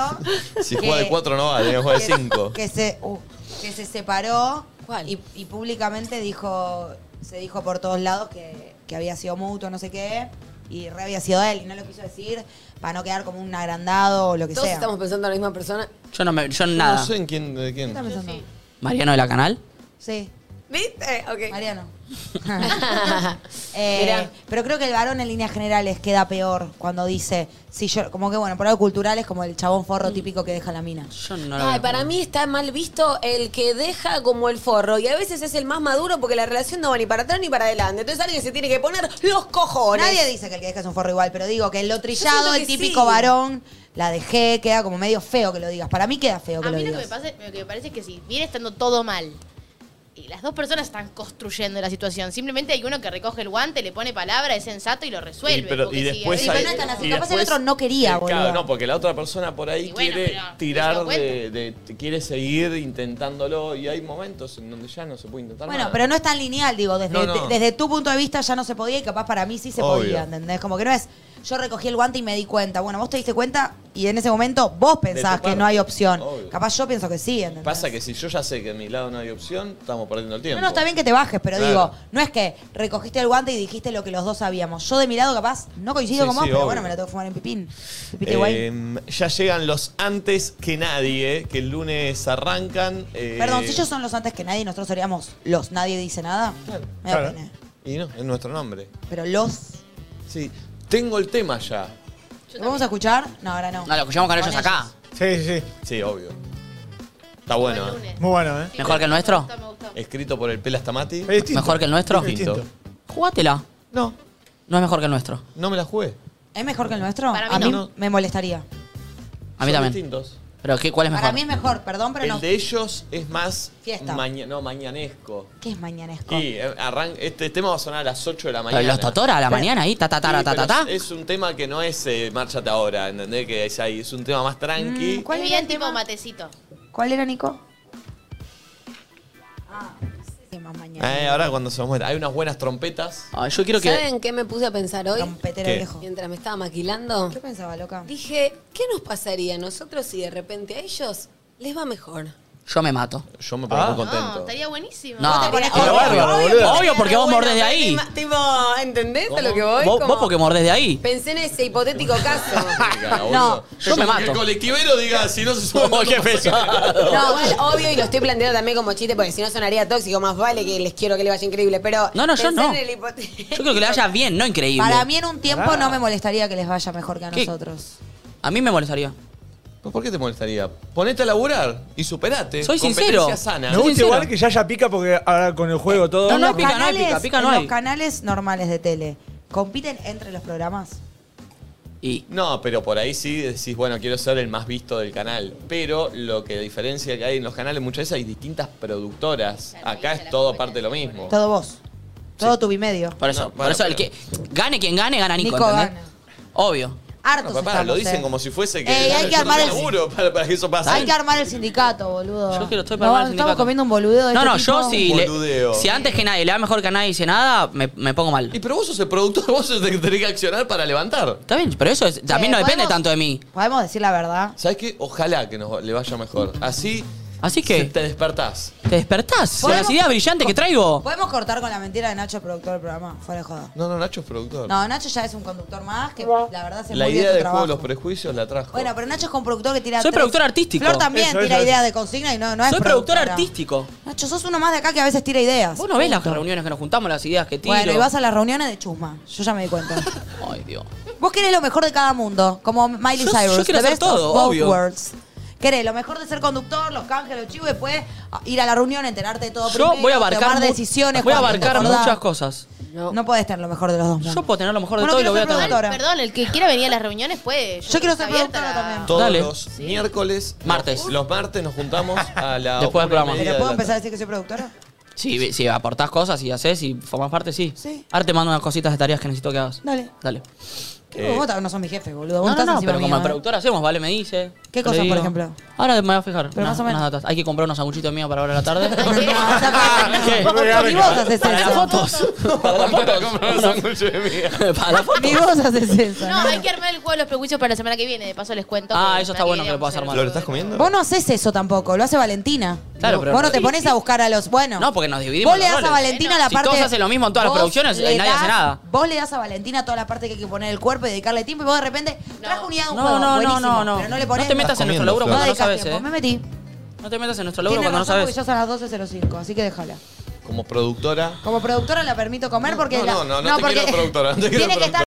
S1: Si
S3: que-
S1: juega de 4 no vale, juega de
S3: que-
S1: 5.
S3: Que se, uh, que se separó
S4: ¿Cuál?
S3: Y, y públicamente dijo, se dijo por todos lados que, que había sido mutuo, no sé qué, y re había sido él, y no lo quiso decir para no quedar como un agrandado o lo que
S4: Todos
S3: sea.
S4: estamos pensando en la misma persona.
S2: Yo no me. Yo nada.
S1: No sé en quién. De quién.
S3: ¿Qué estás pensando?
S2: Mariano de la canal.
S3: Sí,
S4: ¿Viste?
S3: [LAUGHS]
S4: Ok.
S3: Mariano. Eh,
S4: [LAUGHS] Mirá.
S3: pero creo que el varón en líneas generales queda peor cuando dice, si yo, como que bueno, por algo cultural es como el chabón
S4: Mm.
S3: forro típico que deja la mina.
S2: Yo [LAUGHS] no lo
S4: Ay,
S2: veo.
S4: para mí está mal visto el que deja como el forro. Y a veces es el más maduro porque la relación no va ni para atrás ni para adelante. Entonces alguien se tiene que poner los cojones.
S3: Nadie dice que el que deja es un forro igual, pero digo que lo
S4: siento
S3: trillado,
S4: que
S3: el típico
S4: sí.
S3: varón, la dejé, queda como medio feo que lo digas. Para mí queda feo que
S5: A
S3: lo
S5: mí lo
S3: digas.
S5: que, me pasa- lo que me parece es que si viene estando todo mal Y las dos personas están construyendo la situación. Simplemente hay uno que recoge el guante, le pone palabra, es sensato y lo resuelve.
S1: Y, pero,
S5: porque
S1: y
S5: si-
S1: después
S5: Sí,
S1: hay-
S5: Jonathan, así
S1: y
S5: capaz el
S1: después-
S5: otro no quería,
S1: eh, Claro,
S5: boludo.
S1: no, porque la otra persona por ahí
S5: bueno,
S1: quiere
S5: pero no se
S1: tirar
S5: dio cuenta.
S1: de, de- quiere seguir intentándolo y hay momentos en donde ya no se puede intentar
S3: Bueno,
S1: nada.
S3: pero no es tan lineal, digo, desde,
S1: No, no.
S3: de- desde tu punto de vista ya no se podía y capaz para mí sí se
S1: Obvio.
S3: podía, ¿entendés? Como que no es, yo recogí el guante y me di cuenta. Bueno, vos te diste cuenta y en ese momento vos pensás
S1: parte.
S3: que no hay opción.
S1: Obvio.
S3: Capaz yo pienso que sí, ¿entendés?
S1: Pasa que si yo ya sé que de mi lado no hay opción, estamos perdiendo el tiempo.
S3: No, no, está bien que te bajes, pero
S1: Claro.
S3: digo, no es que recogiste el guante y dijiste lo que los dos sabíamos. Yo de mi lado capaz no coincido
S1: Sí,
S3: con vos,
S1: sí,
S3: pero
S1: obvio.
S3: bueno, me lo tengo que fumar en pipín. Pipite guay.
S1: Eh, ya llegan los antes que nadie, eh, que el lunes arrancan. eh,
S3: Perdón, si ellos son los antes que nadie, nosotros seríamos los nadie dice nada. Me da
S1: Claro.
S3: pena.
S1: Y no, es nuestro nombre.
S3: Pero los.
S1: Sí, tengo el tema ya.
S3: ¿Lo vamos a escuchar? No, ahora no.
S2: No, lo escuchamos con ellos acá.
S1: Sí, sí, sí. Sí, obvio. Está bueno. ¿eh?
S6: Muy bueno, ¿eh?
S2: ¿Mejor que el nuestro?
S1: Escrito por el Pelas Tamati.
S2: ¿Mejor que el nuestro?
S1: Es distinto.
S2: Jugátela.
S1: No.
S2: No es mejor que el nuestro.
S1: No me la jugué.
S3: ¿Es mejor que el nuestro?
S5: Para mí
S3: a mí
S2: no.
S3: me molestaría.
S2: A mí
S1: Son
S2: también.
S1: distintos.
S2: ¿Pero qué, cuál es mejor?
S3: Para mí es mejor, perdón, pero
S1: el
S3: no.
S1: de ellos es más.
S3: Fiesta.
S1: maña- no, mañanesco.
S3: ¿Qué es mañanesco?
S1: Y eh, arran- este tema va a sonar a las 8 de la
S2: Pero
S1: mañana.
S2: los Totora a la mañana ahí, ta ta ta
S1: Sí,
S2: ta ta,
S1: pero
S2: ta, ta.
S1: es- Es un tema que no es eh, Márchate ahora, ¿entendés? Que es, ahí, es un tema más
S2: Mm,
S1: tranqui.
S3: ¿Cuál
S5: es
S3: era
S5: bien
S3: el tema?
S5: tipo matecito.
S3: ¿Cuál era, Nico? Ah, Sí, más mañana.
S1: Eh, ahora cuando se muera. Hay unas buenas trompetas.
S2: Ah, yo quiero que.
S4: ¿Saben qué me puse a pensar hoy?
S3: Trompetero
S1: ¿Qué?
S3: viejo.
S4: Mientras me estaba maquilando.
S3: ¿Qué pensaba, loca?
S4: Dije, ¿qué nos pasaría a nosotros si de repente a ellos les va mejor?
S2: Yo me mato.
S1: Yo me pongo
S10: Ah.
S1: muy
S5: No,
S1: contento.
S5: estaría buenísimo.
S2: No,
S5: Vos te ponés-
S2: Qué
S4: Obvio,
S10: bárbaro,
S4: obvio,
S10: boludo.
S4: estaría
S2: Obvio, porque vos
S4: bueno,
S2: mordés de
S4: pero
S2: ahí.
S4: ima- Tipo, ¿entendés a lo que voy?
S2: Vos,
S4: Como-
S2: vos porque mordés de ahí.
S4: Pensé en ese
S2: [LAUGHS]
S4: hipotético caso.
S1: no,
S2: yo me
S1: Que el
S2: mato.
S1: colectivero diga, si no se sube.
S2: [LAUGHS] Oh, qué pesado.
S4: No, igual, obvio, y lo estoy planteando también como chiste, porque si no sonaría tóxico, más vale que les quiero que le vaya increíble, pero...
S2: No, no, yo
S4: pensé
S2: no.
S4: en el hipotético-
S2: Yo creo que le vaya bien, no increíble.
S3: Para mí en un tiempo no me molestaría que les vaya mejor que a
S2: Ah. ¿Qué?
S3: nosotros.
S2: A mí me molestaría.
S1: Pero ¿Por qué te molestaría? Ponete a laburar y superate.
S2: Soy
S1: Competencia
S2: sincero.
S1: sana.
S6: Me gusta
S2: sincero.
S6: igual que ya ya pica porque ahora con el juego todo.
S2: No, no,
S3: Los
S2: pica, no hay
S3: canales-
S2: pica, pica, no
S3: en
S2: hay.
S3: los canales normales de tele, ¿compiten entre los programas?
S2: Y
S1: No, pero por ahí sí decís, bueno, quiero ser el más visto del canal. Pero lo que diferencia que hay en los canales muchas veces hay distintas productoras. Acá es todo parte de lo mismo.
S3: Todo vos. Todo tu bimedio.
S2: por eso,
S1: No,
S2: por
S1: bueno,
S2: eso el
S1: pero-
S2: que gane quien gane, gana Nico,
S3: Nico
S2: ¿entendés?
S3: gana.
S2: Obvio.
S3: Hartos
S1: No, papá,
S3: estamos,
S1: lo dicen
S3: eh.
S1: como si fuese que.
S3: Ey, hay que
S1: yo
S3: armar
S1: no
S3: el-
S1: laburo para, para que eso pase.
S3: Hay que armar el sindicato, boludo.
S2: Yo que lo estoy para
S3: No,
S2: armar el
S3: Estamos
S2: sindicato.
S3: comiendo un boludeo de
S2: No,
S3: este
S2: no, yo
S3: tipo.
S2: si, le-
S1: Boludeo.
S2: si antes que nadie le da mejor que a nadie dice nada, me, me pongo mal.
S1: Y pero vos sos el productor, [LAUGHS] vos sos el que tenés que accionar para levantar.
S2: Está bien, pero eso es- también no
S3: Che,
S2: depende
S3: ¿podemos-
S2: tanto de mí.
S3: Podemos decir la verdad.
S1: ¿Sabés qué? Ojalá que nos le vaya mejor. Así.
S2: Así que-
S1: se- Te despertás.
S2: ¿Te despertás? Con las
S3: ¿Podemos-
S2: ideas brillantes que traigo.
S3: Podemos cortar con la mentira de Nacho, productor del programa. Fuera de joda.
S1: No, no, Nacho es productor.
S3: No, Nacho ya es un conductor más que la verdad se
S1: la
S3: muy bien
S1: idea
S3: su
S1: del juego
S3: trabajo.
S1: de los prejuicios la trajo.
S3: Bueno, pero Nacho es un productor que tira.
S2: Soy
S3: tres-
S2: productor artístico.
S3: Flor también
S6: Eso, eso,
S3: tira
S6: eso.
S3: ideas de consigna y no, no es
S2: Soy productor
S3: productora.
S2: artístico.
S3: Nacho, sos uno más de acá que a veces tira ideas.
S2: Vos no ves las
S3: Punto.
S2: reuniones que nos juntamos, las ideas que tiro.
S3: Bueno, y vas a las reuniones de chusma. Yo ya me
S2: [LAUGHS]
S3: di cuenta.
S2: Ay, Dios.
S3: Vos querés lo mejor de cada mundo, como Miley
S2: Yo- yo
S3: Cyrus.
S2: quiero
S3: the
S2: hacer
S3: best
S2: todo,
S3: of both
S2: obvio.
S3: worlds. Querés lo mejor de ser conductor, los canjes, los chivos, y después ah, ir a la reunión, enterarte de todo
S2: Yo
S3: primero,
S2: voy a abarcar,
S3: tomar
S2: mu-
S3: decisiones.
S2: voy a
S3: cuando
S2: abarcar
S3: te acordás.
S2: muchas cosas.
S3: No podés tener lo mejor de los dos mundos.
S2: Yo puedo tener lo mejor de
S3: Bueno,
S2: todo y lo voy a
S3: quiero ser
S2: tener.
S3: productora.
S5: Oh, Perdón, el que quiera venir a las reuniones puede.
S3: Yo quiero ser
S5: estoy abierta
S3: productora
S5: a la-
S3: también.
S1: Todos
S2: Dale.
S1: los miércoles.
S2: Martes.
S1: Los, los martes nos juntamos a la.
S2: Después del
S1: una y
S2: programa.
S1: media
S3: ¿Pero puedo
S1: de la
S3: empezar a decir que soy productora?
S2: Si, si aportás cosas y haces y formás parte, sí.
S3: Sí.
S2: Ahora te mando unas cositas de tareas que necesito que hagas.
S3: Dale.
S2: Dale.
S3: ¿Qué vos no son mi jefe, boludo. Vos
S2: No, no,
S3: estás
S2: no,
S3: encima
S2: pero
S3: mío,
S2: como el
S3: ¿eh?
S2: productor hacemos, vale, me dice.
S3: ¿Qué
S2: Le
S3: cosas, por
S2: digo.
S3: ejemplo?
S2: Ahora me voy a fijar.
S3: Pero
S2: unas-
S3: más o menos.
S2: unas datas. Hay que comprar unos sanguchitos míos para ahora a la
S3: [LAUGHS]
S2: tarde.
S3: No, o sea,
S2: [LAUGHS]
S3: para-
S2: ¿Qué?
S3: vos- Ni vos haces
S2: ¿Para las
S3: eso.
S2: fotos?
S3: [LAUGHS]
S2: ¿Para las
S1: Para
S2: fotos?
S1: comprar un sándwich de mía.
S2: ¿Para las fotos?
S3: Ni vos haces eso.
S5: No, hay que armar el juego de los prejuicios para la semana que viene. De paso les cuento.
S2: Ah,
S5: que
S2: eso
S5: me
S2: está bueno que
S5: quería
S2: lo puedas
S5: hacer.
S2: armar.
S1: ¿Lo que estás comiendo?
S3: Vos no haces eso tampoco, lo hace Valentina.
S2: Claro, pero-
S3: vos no te pones a buscar a los. Bueno.
S2: No, porque nos dividimos
S3: Vos le
S2: los
S3: das a
S2: roles.
S3: Valentina la
S2: Si
S3: parte.
S2: todos hacen lo mismo en todas las
S3: vos
S2: producciones,
S3: le
S2: eh, nadie hace
S3: das-
S2: nada.
S3: Vos le das a Valentina toda la parte que hay que poner el cuerpo y dedicarle tiempo y vos de repente trajo unidad de un
S2: No,
S3: juego.
S2: no, no,
S3: buenísimo,
S2: no, no.
S3: Pero no le
S2: No
S3: pones.
S2: te metas en nuestro
S1: comiendo,
S2: laburo
S1: Flor.
S2: cuando no
S3: dedicás
S2: sabes,
S3: tiempo.
S2: eh.
S3: Me metí.
S2: No te metas en nuestro laburo
S3: Tiene
S2: cuando no
S3: razón porque
S2: sabes.
S3: yo son las 12.05, así que déjala.
S1: Como productora.
S3: Como productora la permito comer porque.
S1: No,
S3: la-
S1: no, no, no te
S3: porque [LAUGHS]
S1: quiero productora, no te quiero
S3: Tiene que estar